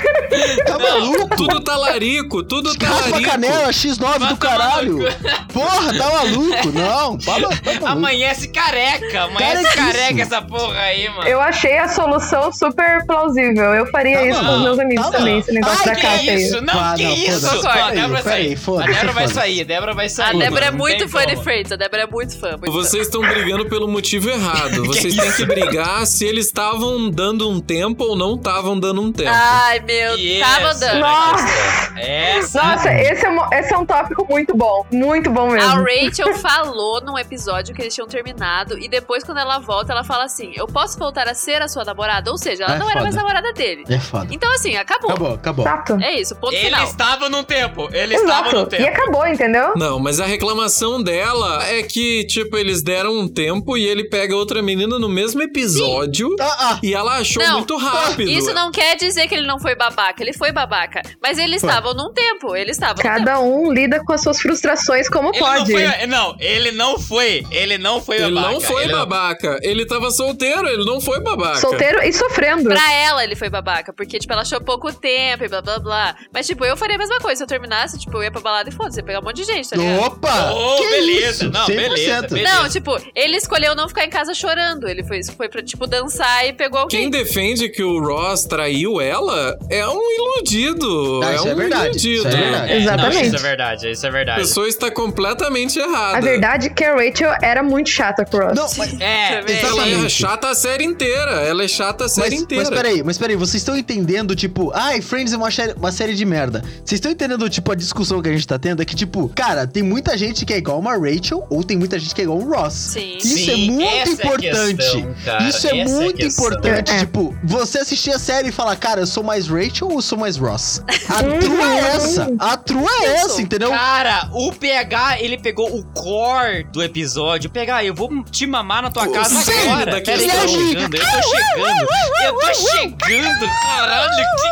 E: Tá maluco?
C: Tudo talarico, tudo
E: Raspa a
C: talarico.
E: canela X9
B: Vai
E: do
B: tomar
E: caralho.
B: no
E: Porra, tá maluco?
B: [LAUGHS]
E: Não, tá, ma- tá maluco.
B: Amanhece careca, amanhece
E: Carequíssimo.
B: careca essa porra aí, mano.
F: Eu achei a solução super plausível. Eu faria
E: Tá
F: isso
B: bom,
F: com os meus amigos
E: tá
F: também,
E: bom.
F: esse negócio
E: Ai,
F: da
B: que
F: caixa aí.
B: isso? Não,
E: Ah,
B: que
E: não,
B: isso?
E: foda-se,
B: Ó, a
E: foda-se,
B: Débora vai sair.
E: foda-se,
B: A Débora vai
E: foda-se.
B: sair, a Débora vai sair.
D: A Débora é
B: mano, não
D: muito
B: tem
D: fã de
B: como.
D: Friends, a Débora é muito fã. Muito
C: Vocês estão brigando pelo motivo errado. Vocês têm [LAUGHS] que brigar se eles estavam dando um tempo ou não estavam dando um tempo.
D: fã. Ai, meu,
B: E
D: tava
B: é essa
D: dando.
B: era a
F: Nossa.
B: questão. Essa.
F: Nossa, esse é, um, esse é um tópico muito bom. Muito bom
D: A
E: [LAUGHS]
F: mesmo.
D: Rachel falou num episódio que eles tinham terminado e depois, quando ela volta, ela fala assim: Eu posso voltar a ser a sua namorada? Ou seja, ela
E: É
D: não era
E: foda.
D: mais namorada dele.
E: É foda.
D: Então, assim, acabou.
E: Acabou, acabou.
F: Exato.
D: É isso, ponto
B: Ele
D: final.
B: estava num tempo, ele estava num
F: Exato. E
B: tempo.
F: acabou, entendeu?
C: Não, mas a reclamação dela é que, tipo, eles deram um tempo e ele pega outra menina no mesmo episódio
E: Ah, ah.
C: e ela achou
D: Não.
C: muito rápido.
B: é.
D: Isso não quer dizer que ele não foi babaca, ele foi babaca. Mas eles
E: Foi.
D: estavam num tempo, eles estavam. num tempo.
F: Cada um lida com as suas frustrações como
B: Ele
F: pode.
B: Não, foi, não, ele não foi. Ele não foi
C: Ele
B: babaca.
C: não foi
B: ele
C: babaca. Ele tava solteiro, ele não foi babaca.
F: Solteiro e
E: um.
F: sofrendo.
D: Pra ela ele foi babaca, porque, tipo, ela achou pouco tempo e blá blá blá. Mas, tipo, eu faria a mesma coisa. Se eu terminasse, tipo, eu ia pra balada e foda-se, ia pegar um monte de gente, tá ligado?
E: Opa!
B: Oh,
E: que
B: beleza.
E: isso?
B: Não,
E: 100%.
B: beleza, beleza.
D: Não, tipo, ele escolheu não ficar em casa chorando. Ele foi, foi pra, tipo, dançar e pegou
C: Quem
D: alguém.
C: defende que o Ross traiu ela é um iludido.
E: Ah,
C: é
E: isso
C: um
E: é verdade, isso é
C: iludido.
E: verdade.
B: É,
F: Exatamente.
B: Não, isso é verdade, isso é
C: A
B: verdade.
C: pessoa está completamente errada.
F: A verdade é que a Rachel era muito chata com o Ross.
E: Não, mas,
B: É,
D: Também.
C: Ela é
E: Exatamente.
C: chata a série inteira. Ela é chata a série
E: mas,
C: inteira.
E: mas peraí, mas peraí, vocês estão entendendo, tipo, ai, Friends é uma, série- uma série de merda. Vocês estão entendendo, tipo, a discussão que a gente tá tendo? É que, tipo, cara, tem muita gente que é igual uma Rachel ou tem muita gente que é igual um Ross.
D: Sim.
E: Isso é
B: Sim,
E: muito
B: essa é a
E: importante.
B: questão, cara,
E: Isso é
B: essa a
E: muito
B: questão.
E: importante.
F: É.
E: Tipo, você assistir a série e falar, cara, eu sou mais Rachel ou eu sou mais Ross? A trua é essa. A trua é
D: Eu
E: essa,
D: sou.
E: entendeu?
B: Cara, o PH, ele pegou o core do episódio. PH, eu vou te mamar na tua
C: O
B: casa
C: cerne
B: agora.
C: da
B: Pera aí, eu tô
E: questão.
B: chegando, eu tô chegando. Eu tô chegando, caralho,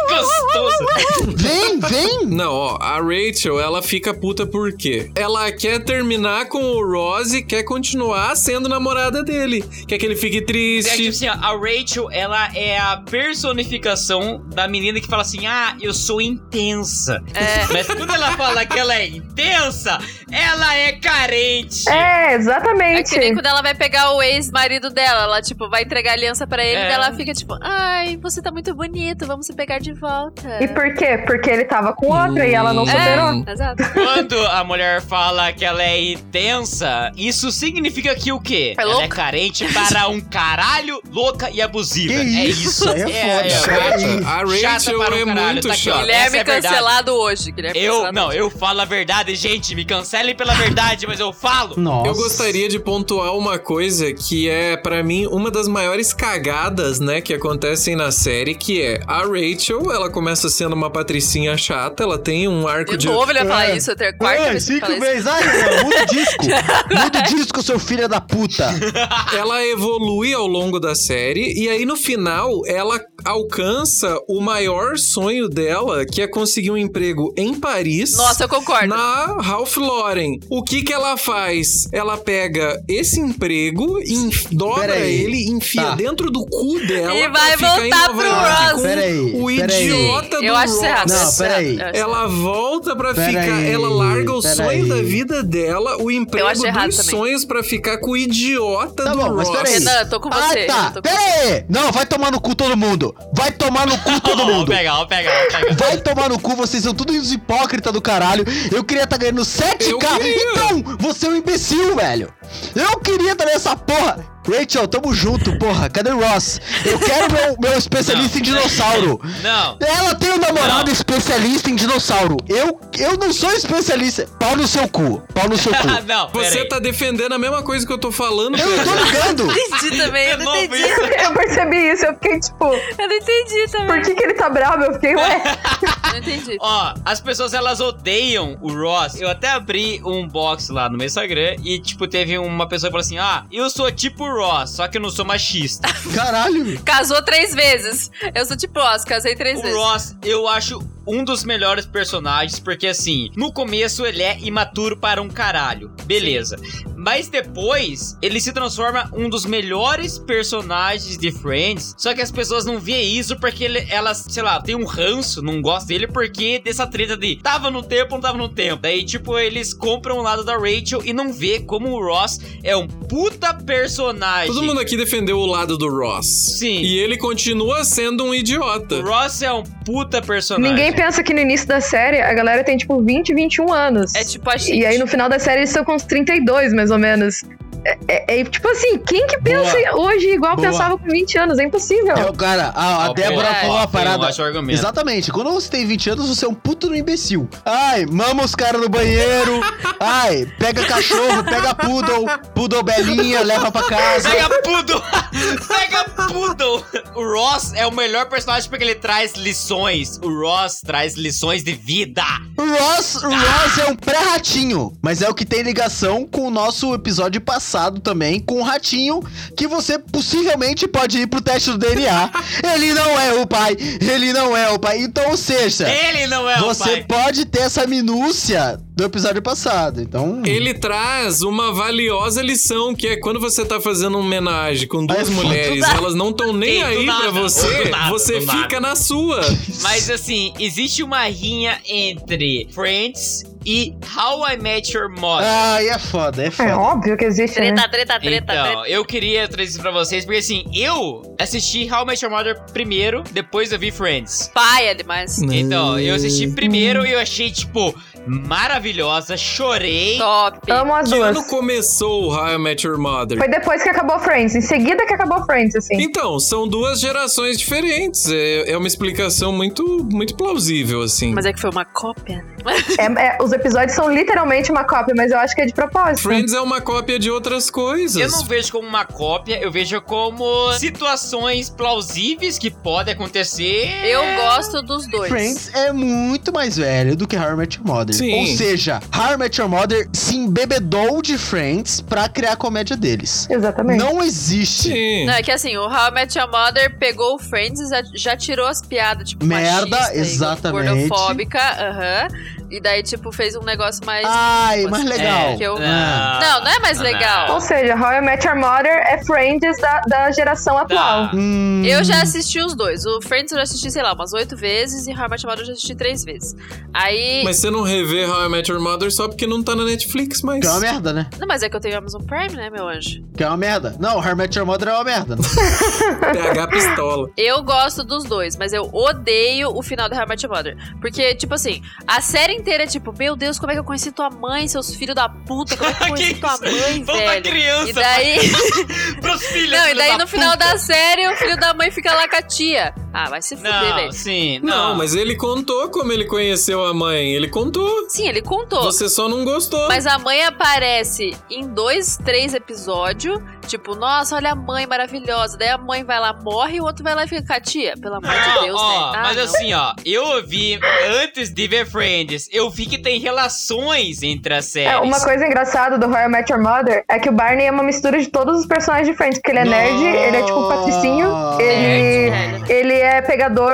B: que gostoso.
C: [LAUGHS]
E: Vem, vem.
C: Não, ó, a Rachel, ela fica puta por quê? Ela quer terminar com o Ross e quer continuar sendo namorada dele. Quer que ele fique
B: É, tipo
C: triste.
B: assim, ó, a Rachel, ela é a personificação da menina que fala assim, ah, eu sou intensa.
D: É.
B: Mas quando ela fala que ela é intensa, ela é carente.
F: É,
D: É
F: exatamente.
D: que nem quando ela vai pegar o ex-marido dela, ela, tipo, vai entregar a aliança pra ele,
B: É.
D: daí ela fica, tipo, ai, você tá muito bonito, vamos se pegar de volta.
F: E por quê? Porque ele tava com outra e ela não
C: Hum.
F: superou.
D: É, exato.
B: Quando a mulher fala que ela é intensa, isso significa que o quê?
D: É
B: ela é
D: louca?
B: carente para um caralho, louca e abusiva.
E: Que
B: é
E: isso,
B: isso.
E: é
B: chata.
E: foda. Isso aí.
C: A
B: Chata
C: Rachel
B: para
C: é
B: um caralho,
C: muito
B: tá aqui, ó.
C: chata.
D: Guilherme
B: essa é a verdade.
D: cancelado hoje, Guilherme
B: Eu,
D: cancelado
B: não,
D: hoje.
B: eu falo a verdade, gente, me cancelem pela verdade, mas eu falo.
E: Nossa.
C: Eu gostaria de pontuar uma coisa que é, pra mim, uma das maiores cagadas, né, que acontecem na série, que é a Rachel, ela começa sendo uma patricinha chata, ela tem um arco
D: De
C: de...
D: novo ele vai falar
E: É.
D: isso, até a quarta
E: Ai,
D: vez que ele
E: cinco
D: fala isso.
E: vezes. Ai, mano, muda o
D: [LAUGHS]
E: disco. Muda o disco, seu filho da puta.
C: Ela evolui ao longo da série e aí no final ela alcança o maior sonho dela, que é conseguir um emprego em Paris.
D: Nossa, eu concordo.
C: Na Ralph Lauren. O que que ela faz? Ela pega esse emprego, enf- dobra
E: Pera aí.
C: ele, enfia
E: Tá.
C: dentro do cu dela
D: E
C: pra
D: vai
C: ficar em
D: voltar
C: Nova
D: pro
C: York
D: Ross.
C: com
E: Pera aí,
C: o
E: pera aí.
C: idiota
D: Sim,
C: do
D: eu acho errado.
E: Não,
C: Ross.
D: isso é
E: peraí.
D: errado, eu acho
C: Ela volta pra
E: Pera
C: ficar.
E: aí,
C: ela larga o
E: pera
C: sonho
E: aí.
C: da vida dela, o emprego
D: Eu acho
C: dos
D: errado também.
C: sonhos pra ficar com o idiota
E: Tá
C: do
E: bom, mas
C: Ross.
E: peraí.
D: Renan, tô com você,
E: Ah, tá.
D: Renan, tô com
E: Pera aí. Não, vai tomar no cu todo mundo. Vai tomar
D: [LAUGHS]
E: no cu todo
B: Vou
E: mundo.
B: pegar, vou pegar, vou [LAUGHS] pegar.
E: Vai tomar no cu, vocês são todos uns hipócritas do caralho. Eu queria estar ganhando 7k.
C: Eu queria.
E: Então, você é um imbecil, velho. Eu queria estar nessa porra. Rachel, tamo junto, porra. Cadê o Ross? Eu quero meu, meu especialista em dinossauro.
B: Não.
E: Ela tem um namorado
B: Não.
E: especialista em dinossauro. Eu, eu não sou especialista. Pau no seu cu. Pau no seu cu.
B: Ah, [LAUGHS] não, pera
C: Você
B: aí.
C: tá defendendo a mesma coisa que eu tô falando,
E: eu não
C: cara.
E: tô ligando.
D: [LAUGHS] Entendi também, eu
B: De
D: não
B: novo
D: entendi.
B: isso.
F: [LAUGHS] Eu percebi isso, eu fiquei tipo,
D: Eu não entendi
F: por
D: também.
F: que, que ele tá bravo? Eu
B: [LAUGHS]
F: fiquei, ué.
D: Não entendi.
B: Ó, as pessoas elas odeiam o Ross. Eu até abri um box lá no meu Instagram e, tipo, teve uma pessoa que falou assim: Ah, eu sou tipo o Ross, só que eu não sou machista.
E: Caralho.
D: Casou três vezes. Eu sou tipo Oscar, casei três
B: o
D: vezes.
B: Ross, eu acho um dos melhores personagens, porque assim, no começo ele é imaturo para um caralho. Beleza. Mas depois, ele se transforma um dos melhores personagens de Friends. Só que as pessoas não vê isso porque ele- elas, sei lá, tem um ranço, não gosta dele porque dessa treta de tava no tempo, não tava no tempo. Daí, tipo, eles compram o lado da Rachel e não vê como o Ross é um puta personagem.
C: Todo mundo aqui defendeu o lado do Ross.
B: Sim.
C: E ele continua sendo um
B: O
C: idiota.
B: Ross é um puta personagem.
F: Ninguém pensa que no início da série a galera tem tipo 20, 21 anos.
D: É tipo a gente.
F: E aí no né? final da série eles estão com uns 32, mais ou menos. É, é- é tipo assim, quem que pensa hoje igual
E: Boa.
F: pensava com 20 anos? É impossível.
E: É o cara, a, a
B: Ó,
E: Débora
B: foi-
E: falou
B: ó,
E: uma
B: foi um
E: parada.
B: ótimo argumento.
E: Exatamente, quando você tem 20 anos, você é um puto no imbecil. Ai, mama os caras no
B: [LAUGHS]
E: banheiro. Ai, pega cachorro, pega poodle, poodle belinha, leva pra casa.
B: Pega Poodle! [LAUGHS] Pega Poodle! O Ross é o melhor personagem porque ele traz lições. O Ross traz lições de vida.
E: O Ross, o Ross é um pré-ratinho, mas é o que tem ligação com o nosso episódio passado também, com o ratinho, que você possivelmente pode ir pro teste
B: [LAUGHS]
E: do DNA. ele não é o pai, ele não é o pai. Então, ou seja,
B: Ele não é o
E: você
B: pai.
E: pode ter essa minúcia do episódio passado. Então,
C: Ele traz uma valiosa lição, que é quando você tá fazendo uma homenagem com duas
E: Ai,
C: mulheres,
D: do nada.
C: elas não estão nem
B: Ei, do
C: aí pra
B: nada, ô,
C: você,
B: do nada,
C: você
B: do nada.
C: fica na sua.
B: Mas assim, existe uma rinha entre Friends e How I Met Your Mother.
E: ai, é foda, é
F: É
E: foda.
F: óbvio que existe, né?
D: Treta, treta, treta, treta.
B: Então, eu queria trazer isso pra vocês, porque assim, eu assisti How I Met Your Mother primeiro, depois eu vi Friends.
D: Paia demais.
B: Então, eu assisti primeiro e eu achei, tipo, maravilhosa, chorei.
D: Top.
F: Amo as
C: Que
F: duas.
C: ano começou o How I Met Your Mother?
F: Foi depois que acabou Friends, em seguida que acabou Friends, assim.
C: Então, são duas gerações diferentes. É, é uma explicação muito, muito plausível, assim.
D: Mas é que foi uma cópia, né?
F: É- é- os episódios são literalmente uma cópia, mas eu acho que é de propósito.
C: Friends é uma cópia de outras coisas.
B: Eu não vejo como uma cópia, eu vejo como situações plausíveis que podem acontecer. Tá.
D: Eu gosto dos dois.
E: Friends é muito mais velho do que How I Met Your Mother.
C: Sim.
E: Ou seja, How I Met Your Mother se embebedou de Friends pra criar a comédia deles.
F: Exatamente.
E: Não existe
C: Sim.
D: Não, é que assim, o How I Met Your Mother pegou o Friends e já, já tirou as piadas, tipo,
E: Merda,
D: machista e
E: exatamente.
D: gordofóbica, aham. E daí, tipo, fez um negócio mais...
E: Ai, mais legal. Ah.
D: É, que eu-
B: Não,
D: Não, não é mais legal.
F: Ou seja, How I Met Your Mother é Friends da, da geração atual.
B: Tá.
E: Hum,
D: Eu já assisti os dois. O Friends eu já assisti, sei lá, umas oito vezes. E How I Met Your Mother eu já assisti três vezes. Aí...
C: Mas você não revê How I Met Your Mother só porque não tá na Netflix, mas.
E: Que é uma merda, né?
D: Não, mas é que eu tenho Amazon Prime, né, meu anjo?
E: Que é uma merda. Não, How I Met Your Mother é uma
D: [LAUGHS]
E: merda.
C: PH pistola.
D: Eu gosto dos dois, mas eu odeio o final do How I Met Your Mother. Porque, tipo assim, a série inteira é tipo, meu Deus, como é que eu conheci tua mãe, seus filhos da puta? Como
B: [LAUGHS]
D: é que eu conheci
B: Que
D: tua
B: isso?
D: mãe,
B: Vamos pra
D: velho?
B: criança,
D: E [LAUGHS] daí,
B: [LAUGHS] pros filhos.
D: não, e
B: filho
D: daí
B: da
D: no final
B: puta.
D: da série, o filho da mãe fica lá com a tia. Ah, vai se fuder,
B: Não,
D: velho.
B: sim,
C: Não,
B: não.
C: mas ele contou como ele conheceu a mãe. Ele contou.
D: Sim, ele contou.
C: Você só não gostou.
D: Mas a mãe aparece em dois, três episódios. Tipo, nossa, olha a mãe maravilhosa. Daí a mãe vai lá, morre, e o outro vai lá e fica com a tia. Pelo amor de
B: Não,
D: Deus,
B: ó,
D: né? Ah,
B: mas
D: não.
B: assim, ó, eu vi antes de ver Friends, eu vi que tem relações entre as séries.
F: É, uma coisa engraçada do How I Met Your Mother é que o Barney é uma mistura de todos os personagens de Friends, porque ele é nerd, ele é tipo patricinho, ele,
D: Nerd,
F: ele é pegador,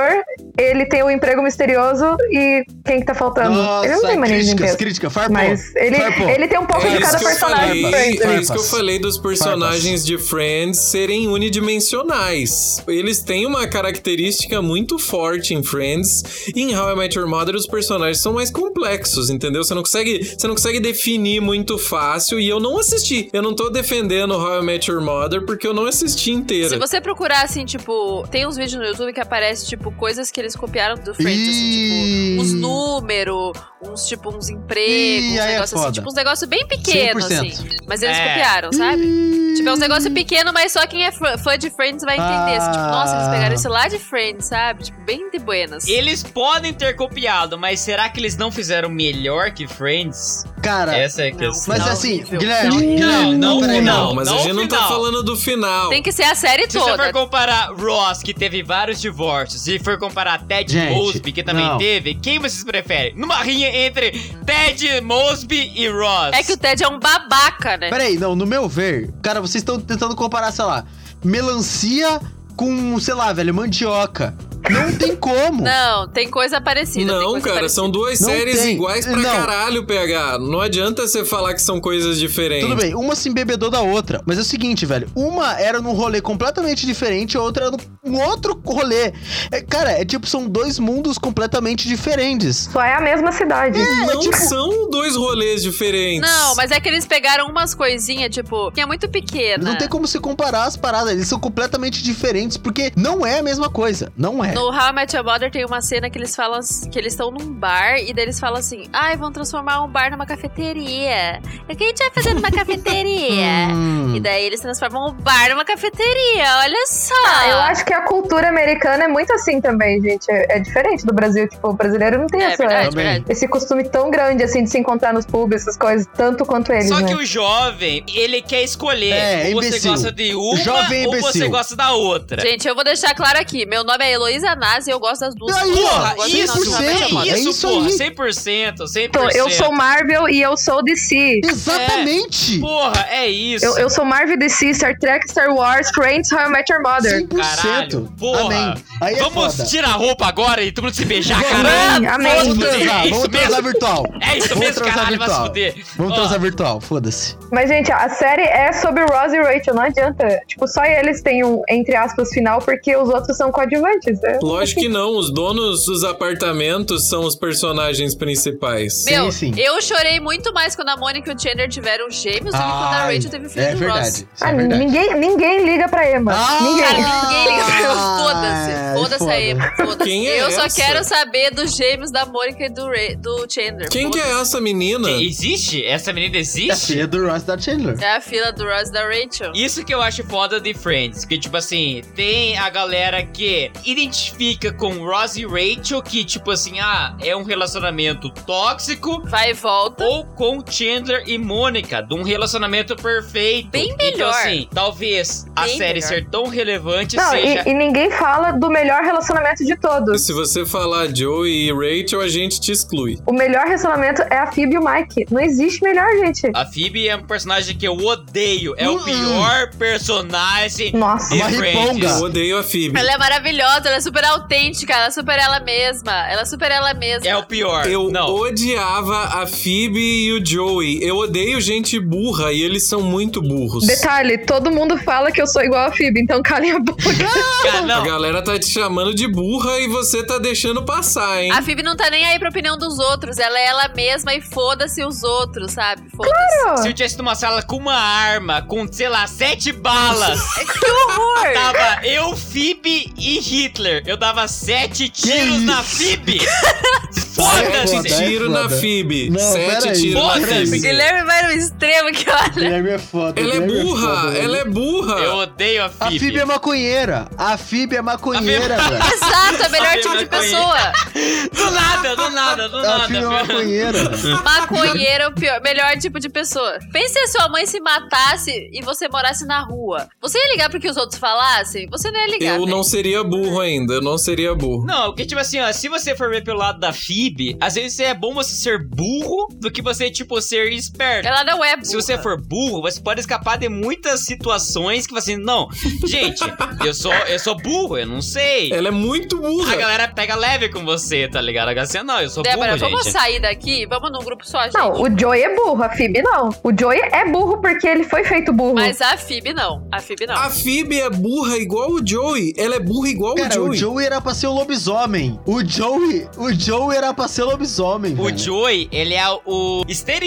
F: ele tem o um emprego misterioso e quem que tá faltando?
E: Nossa,
F: ele não tem mania de
E: críticas,
F: emprego.
E: críticas. Farpou.
F: Mas ele,
E: Farpou.
F: ele tem um pouco
E: É
F: de
E: isso
F: cada
E: que eu
F: personagem de
E: falei.
F: Friends.
E: né?
C: É isso que eu falei dos personagens de Friends serem unidimensionais. Eles têm uma característica muito forte em Friends. E em How I Met Your Mother, os personagens são mais complexos, entendeu? Você não consegue, você não consegue definir muito fácil. E eu não assisti. Eu não tô defendendo How I Met Your Mother porque eu não assisti
D: Se
C: inteira.
D: você procurar, assim, tipo, tem uns vídeos no YouTube que aparece, tipo, coisas que eles copiaram do Friends, é assim, tipo.
E: Ih,
D: Uns números, uns tipo, uns empregos,
E: Ih,
D: uns
E: aí é
D: negócios assim,
E: foda.
D: tipo, uns negócios bem pequenos,
E: 100%.
D: assim. Mas eles
B: É.
D: copiaram, sabe?
E: Ih,
D: Tipo, é uns negócios pequenos, mas só quem é fã fã de Friends vai entender. assim, tipo,
E: Ah.
D: nossa, eles pegaram isso lá de Friends, sabe? Tipo, bem de buenas.
B: Eles podem ter copiado, mas será que eles não fizeram melhor que Friends?
E: Cara,
B: Essa é a
D: Não.
B: questão.
E: mas
D: não,
E: assim,
D: horrível.
E: Guilherme,
D: Não,
E: Guilherme,
B: não,
E: peraí,
B: não.
C: Não, mas a gente
B: o
C: não tá
B: final.
C: falando do final.
D: Tem que ser a série
B: Se você for
D: toda.
B: comparar Ross, que teve vários divórcios, e for comparar Ted
E: Gente,
B: Mosby, que também
E: não.
B: teve, quem vocês preferem? Numa rinha entre Ted Mosby e Ross.
D: É que o Ted é um babaca, né?
E: Peraí, não, no meu ver, cara, vocês estão tentando comparar, sei lá, melancia com, sei lá, velho, mandioca. Não tem como.
D: Não, tem coisa parecida. tem
C: Não,
D: coisa
C: cara,
D: parecida.
C: são duas
E: Não
C: séries
E: tem.
C: iguais pra
E: Não.
C: caralho, PH. Não adianta você falar que são coisas diferentes.
E: Tudo bem, uma se embebedou da outra. Mas é o seguinte, velho. Uma era num rolê completamente diferente, a outra era num outro rolê. É, cara, é tipo, são dois mundos completamente diferentes.
F: Só é a mesma cidade.
E: É,
C: Não
E: tipo-
C: são dois rolês diferentes.
D: Não, mas é que eles pegaram umas coisinhas, tipo, que é muito pequena.
E: Não tem como se comparar as paradas, eles são completamente diferentes, porque não é a mesma coisa. Não é.
D: No How I Met Your Mother tem uma cena que eles falam que eles estão num bar e daí eles falam assim: ai, vão transformar um bar numa cafeteria. E o que a gente vai fazer numa cafeteria?
E: [LAUGHS] Hum.
D: E daí eles transformam o bar numa cafeteria, olha só.
F: Ah, eu acho que a cultura americana é muito assim também, gente. É, é diferente do Brasil. Tipo, o brasileiro não tem
D: É
F: essa-
D: verdade,
E: Também.
D: verdade.
F: esse costume tão grande, assim, de se encontrar nos pubs, essas coisas, tanto quanto eles,
B: Só
F: né?
B: que o jovem, ele quer escolher.
E: É,
B: ou você
E: imbecil.
B: gosta de uma,
E: Jovem
B: ou você
E: imbecil.
B: gosta da outra.
D: Gente, eu vou deixar claro aqui: meu nome é Heloísa Nazi e eu gosto das duas.
E: Aí,
D: Eu
E: ó,
D: gosto de
E: isso,
D: How I Met Your Mother.
E: é
B: isso,
E: isso
B: porra.
E: aí.
B: 100%, 100%.
F: Então, eu sou Marvel e eu sou DC.
E: Exatamente!
B: Porra, é isso.
F: Eu, eu sou Marvel DC, Star Trek, Star Wars, Friends, How I Met Your Mother.
E: 100%.
B: Caralho, porra.
E: Amém. Aí é
B: Vamos
E: foda.
B: tirar a roupa agora e todo mundo se beijar,
F: Amém,
B: caralho.
F: amém.
B: Foda-se,
E: Vamos
B: é
E: transar,
B: isso
E: vamos
B: mesmo.
E: transar virtual.
B: É isso
E: Vamos
B: mesmo,
E: transar
B: caralho, vai se
E: virtual.
B: fuder.
E: Vamos
B: Ó.
E: transar virtual, foda-se.
F: Mas, gente, a série é sobre Ross e Rachel, não adianta. Tipo, só eles têm um, entre aspas, final, porque os outros são coadjuvantes, né?
C: Lógico que não. Os donos dos apartamentos são os personagens principais.
D: Meu,
E: sim.
D: eu chorei muito mais quando a Mônica e o Chandler tiveram gêmeos do que quando a
E: Ai,
D: Rachel teve filho
E: É
D: do Ross.
E: verdade. isso
F: Ah,
E: é verdade.
F: ninguém, ninguém liga pra Emma.
E: Ah!
F: ninguém.
D: Cara, ninguém liga pra eu.
E: Ah, é,
D: Foda-se. Foda-se
E: foda.
D: a Emma. Foda-se.
C: Quem é
D: eu só
C: essa?
D: quero saber dos gêmeos da Mônica e do, Ra- do Chandler.
C: Quem que
D: Foda-se.
C: é essa menina?
B: Existe? Essa menina
E: É a
B: existe?
E: filha do Ross da Chandler.
D: É a fila do Ross e da Rachel.
B: Isso que eu acho foda de Friends, que tipo assim, tem a galera que identifica com Ross e Rachel, que tipo assim, ah, é um relacionamento tóxico,
D: Vai e volta.
B: ou com Chandler e Mônica, de um relacionamento perfeito.
D: Bem
B: Então
D: melhor.
B: assim, talvez a
D: Bem
B: série
D: melhor.
B: ser tão relevante
F: [LAUGHS] Não,
B: seja...
F: e, e ninguém fala do melhor relacionamento de todos.
C: Se você falar Joey e Rachel, a gente te exclui.
F: O melhor relacionamento é a Phoebe e o Mike. Não existe melhor, gente.
E: Ah,
B: A Phoebe é um personagem que eu odeio, é o
E: Hum.
B: pior personagem
F: Nossa.
B: de
E: É Uma riponga.
B: Friends.
C: Eu odeio a Phoebe.
D: Ela é maravilhosa, ela é super autêntica, ela é super ela mesma. Ela é super ela mesma.
B: É o pior.
C: Eu
B: Não.
C: odiava a Phoebe e o Joey. Eu odeio gente burra e eles são muito burros.
F: Detalhe, todo mundo fala que eu sou igual a Phoebe, então calem a boca.
B: Cara,
C: A
B: não.
C: galera tá te chamando de burra e você tá deixando passar, hein?
D: A Phoebe não tá nem aí pra opinião dos outros. Ela é ela mesma e foda-se os outros, sabe? Foda-se.
B: Se eu tivesse numa sala com uma arma, com, sei lá, sete
E: [LAUGHS]
B: balas,
D: Que horror!
B: tava eu, Phoebe e Hitler. Eu dava sete tiros
E: isso?
B: na
E: [LAUGHS]
B: Phoebe.
E: Isso é
C: Sete
E: foda,
B: Foda-se.
E: é
C: tiros na
E: foda.
C: Phoebe.
E: Não,
C: Sete
E: peraí,
C: tiros na
B: peraí.
C: Phoebe.
D: Guilherme vai no extremo que olha.
E: Guilherme é foda.
C: Ela é
E: Guilherme
C: burra,
E: foda,
C: ela
E: velho.
C: é burra.
B: Eu odeio a
E: A
B: Phoebe.
E: Fib é maconheira. A Fib é maconheira, velho.
D: Exato, é o melhor tipo de pessoa.
B: Do nada, do nada, do
E: [LAUGHS]
B: [LAUGHS] nada.
E: A Fib é
B: [LAUGHS]
E: maconheira. velho.
D: Maconheiro é o pior, melhor tipo de pessoa. Pense se a sua mãe se matasse e você morasse na rua. Você ia ligar pro que os outros falassem? Você não ia ligar.
C: Eu
D: né?
C: não seria burro ainda, eu não seria burro.
B: Não, porque, tipo assim, ó, se você for ver pelo lado da Phoebe, às vezes é bom você ser burro do que você, tipo, ser esperto.
D: Ela não é burra.
B: Se você for burro, você pode escapar de muitas situações que você. Não, gente, eu sou, eu sou burro, eu não sei.
C: Ela é muito
B: A
C: burra.
B: galera pega leve com você, tá ligado? Agora você não, eu sou
D: Débora,
B: burro, gente.
D: vamos sair daqui? Vamos num grupo só, gente?
F: Não, o Joey é burro, a Phoebe não. O Joey é burro porque ele foi feito burro.
D: Mas a Fib não. A Fib não.
C: A Phoebe é burra igual o Joey. Ela é burra igual
E: Cara,
C: o
E: o
C: Joey.
E: Joey era pra ser o lobisomem. O Joey, o Joey era pra ser lobisomem,
B: O
E: velho.
B: Joey, ele é o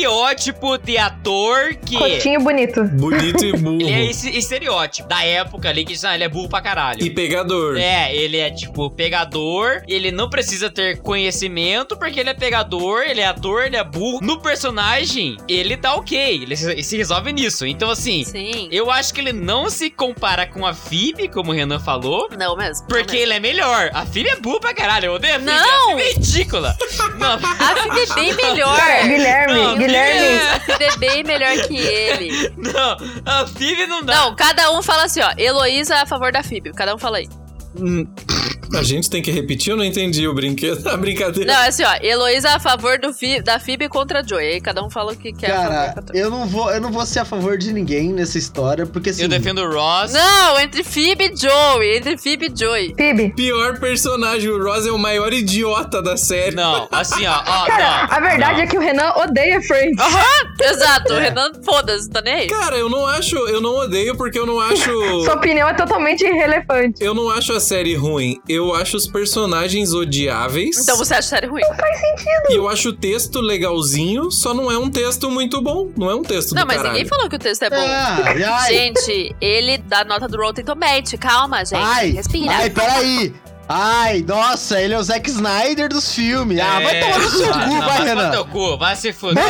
B: estereótipo de ator que.
F: Rostinho bonito.
C: Bonito e
B: [LAUGHS]
C: burro.
B: Ele é esse estereótipo da época ali que ah, ele é burro pra caralho.
C: E pegador.
B: É, ele é tipo pegador, ele não precisa ter conhecimento, porque ele é pegador, ele é ator, ele é burro. No personagem, ele tá ok, ele se se resolve nisso. Então, assim,
D: Sim.
B: eu acho que ele não se compara com a Phoebe, como o Renan falou.
D: Não mesmo. não
B: Porque
D: mesmo.
B: ele é melhor. A Phoebe é burra pra caralho. Eu odeio a Phoebe.
D: Não!
B: A Phoebe é ridícula. [LAUGHS] Não,
D: A Fib
B: [LAUGHS]
D: é bem melhor.
F: Guilherme,
B: Não,
F: Guilherme.
D: A Fib é bem melhor que ele.
B: não. A Phoebe não dá.
D: é Não, cada um fala assim, ó. Heloísa a favor da Fib. Cada um fala aí.
C: A gente tem que repetir, eu não entendi o brinquedo, a brincadeira.
D: Não, é assim, ó. Heloísa a favor do Fi- da FIB contra a Joey. Aí cada um fala o que quer. a favor
E: Cara,
D: contra...
E: eu não, vou, eu não vou ser a favor de ninguém nessa história, porque assim.
B: Eu defendo o Ross.
D: Não, entre Phoebe e Joey. Entre Phoebe e Joey.
F: Phoebe.
C: Pior personagem, o Ross é o maior idiota da série.
B: Não, assim, ó. ó
F: Cara,
B: não,
F: a verdade
B: não. Ah.
F: é que o Renan odeia Friends.
D: Exato,
E: É.
D: o Renan, foda-se, tá nem aí.
C: Cara, eu não acho, eu não odeio porque eu não acho.
B: [LAUGHS]
F: Sua opinião é totalmente irrelevante.
C: eu não acho a série ruim. Eu acho os personagens odiáveis.
D: Então você acha a série ruim?
F: Faz sentido.
C: E eu acho o texto legalzinho, só não é um texto muito bom. Não é um texto
D: Não,
C: do
D: mas
C: caralho.
D: ninguém falou que o texto é bom.
E: Ai, Ah, ai,
D: Gente, ele dá nota do Rotten Tomate. Calma, gente.
E: ai,
D: Respira.
E: ai, peraí. Ai, nossa, ele é o Zack Snyder dos filmes. Ah, vai
B: É,
E: tomar no seu
B: não,
E: cu,
B: não,
E: vai,
B: Vai
E: Renan.
B: teu cu, vai se
E: Não,
B: fuder.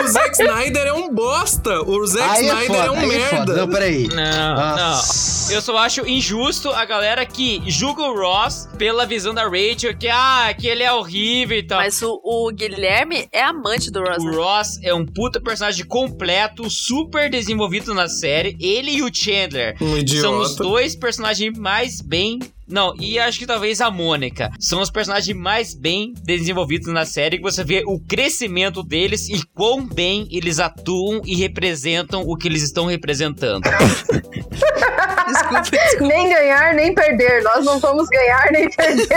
C: [LAUGHS] O Zack Snyder é um bosta. O Zack
E: Aí é
C: Snyder
E: foda,
C: é um
E: aí é
C: merda.
E: foda. Não, peraí.
B: Não, não.
E: Nossa.
B: Eu só acho injusto a galera que julga o Ross pela visão da Rachel, que, ah, que ele é horrível e tal.
D: Mas o, o Guilherme é amante do Ross.
B: O
D: né?
B: Ross é um puta personagem completo, super desenvolvido na série. Ele e o Chandler
C: Um
B: são os
C: idiota.
B: dois personagens mais bem. Não, e acho que talvez a Mônica. São os personagens mais bem desenvolvidos na série. Que você vê o crescimento deles e quão bem eles atuam e representam o que eles estão representando.
D: Desculpa, desculpa.
F: Nem ganhar, nem perder. Nós não vamos ganhar, nem perder.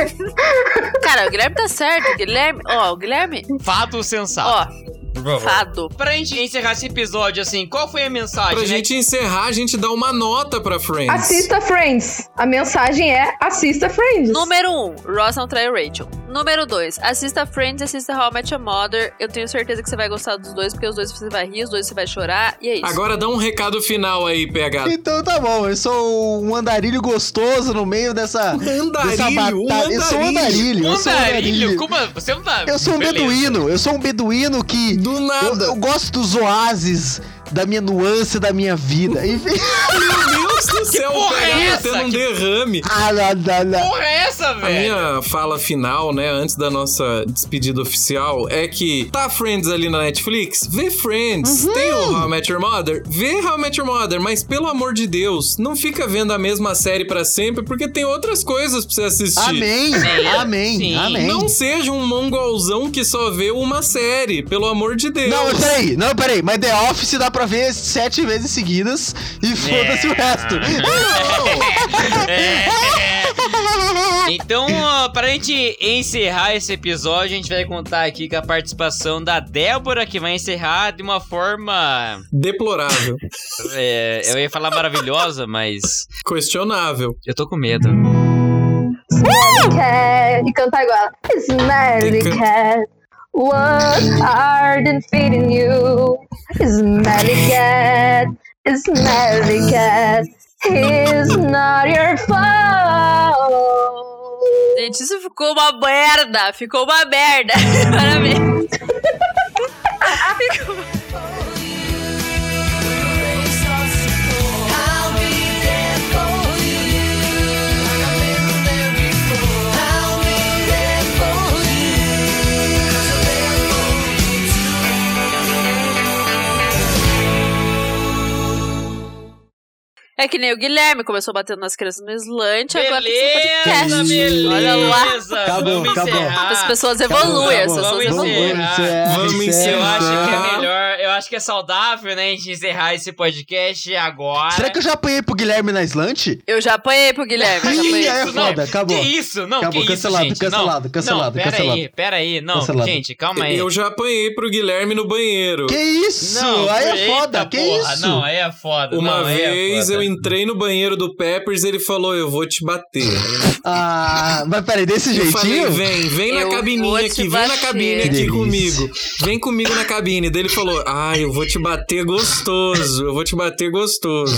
D: Cara, o Guilherme tá certo. O Guilherme, ó, o Guilherme,
B: Fato sensato.
D: ó,
B: Tá, por favor.
D: fado.
B: Pra gente encerrar esse episódio, assim, qual foi a mensagem?
C: Pra
B: né?
C: gente encerrar, a gente dá uma nota pra Friends.
F: Assista Friends. A mensagem é assista Friends.
D: Número 1, um, Ross não trai Rachel. Número 2, assista Friends e assista How I Met Your Mother. Eu tenho certeza que você vai gostar dos dois, porque os dois você vai rir, os dois você vai chorar, e é isso.
C: Agora dá um recado final aí, PH.
E: Então tá bom, eu sou um andarilho gostoso no meio dessa. dessa
C: Um Andarilho, um
E: batalha. Eu sou um
C: andarilho.
E: andarilho, eu sou um
B: Andarilho?
E: andarilho.
B: Como? Você não tá.
E: Eu sou um
B: Beleza.
E: beduíno, eu sou um beduíno que.
C: Do
E: Eu,
C: nada.
E: eu gosto dos oásis da minha nuance da minha vida. Enfim. [LAUGHS]
C: Meu Deus do céu, o
B: porra
C: PH
B: é
C: tá
B: essa?
C: tendo um
B: Que-
C: derrame.
E: ah, lá, lá, lá.
B: Porra, é essa,
C: A
B: velho?
C: minha fala final, né, antes da nossa despedida oficial, é que tá Friends ali na Netflix? Vê Friends.
B: Uhum.
C: Tem o How I Met Your Mother? Vê How I Met Your Mother, mas pelo amor de Deus, não fica vendo a mesma série pra sempre, porque tem outras coisas pra você assistir.
E: Amém, amém,
B: Sim.
E: amém.
C: Não seja um mongolzão que só vê uma série, pelo amor de Deus.
E: Não, mas peraí, não, peraí, mas The Office dá pra ver sete vezes seguidas
B: É.
E: e foda-se o resto.
B: É. Então, ó, pra gente encerrar esse episódio, a gente vai contar aqui com a participação da Débora, que vai encerrar de uma forma.
C: Deplorável. [LAUGHS]
B: é, eu ia falar maravilhosa, mas.
C: Questionável.
B: Eu tô com medo.
F: Cat. E canta agora. Smelly
C: Tem que-
F: Cat. What are they feeding you? Smelly Cat. Smelly Cat. He's not your fault.
D: Gente, isso ficou uma merda. Ficou uma merda. [LAUGHS] Parabéns. É que nem o Guilherme começou batendo nas crianças no Slant, agora tem seu
B: Beleza,
D: podcast.
B: beleza. Tá
D: Olha lá.
E: Acabou,
B: Vamos
E: acabou.
B: encerrar.
D: As pessoas evoluem, as
E: Acabou,
D: pessoas
B: vamos
D: evoluem.
B: encerrar.
C: Vamos
B: Eu
C: encerrar.
B: acho que é
C: Aham.
B: melhor, eu acho que é saudável, né, a gente encerrar esse podcast agora.
E: Será que eu já apanhei pro Guilherme na Islante?
D: Eu já apanhei pro Guilherme. eu já
E: Ih,
D: apanhei.
E: é
B: não.
E: foda, acabou.
B: Que isso? Não,
E: Acabou,
B: que
E: cancelado,
B: isso, gente?
E: cancelado,
B: não,
E: cancelado,
B: não, pera
E: cancelado.
B: aí, pera aí. Não,
E: Cancelado.
B: gente, calma aí.
C: Eu já apanhei pro Guilherme no banheiro.
E: Que isso?
B: Não,
E: aí é
B: eita
E: foda, que
B: porra,
E: isso?
B: Não, aí é foda.
C: Uma
B: não, aí é
C: vez
B: foda.
C: eu entrei no banheiro do Peppers ele falou: Eu vou te bater.
E: Ah, mas peraí, desse
C: Eu falei,
E: jeitinho?
C: vem, vem na
D: Eu
C: cabininha
D: vou
C: aqui,
D: te
C: vem na
D: bater.
C: cabine
D: Que
C: aqui
E: delícia.
C: comigo. Vem comigo na cabine. Daí ele falou: Ah, eu vou te bater gostoso. Eu vou te bater gostoso.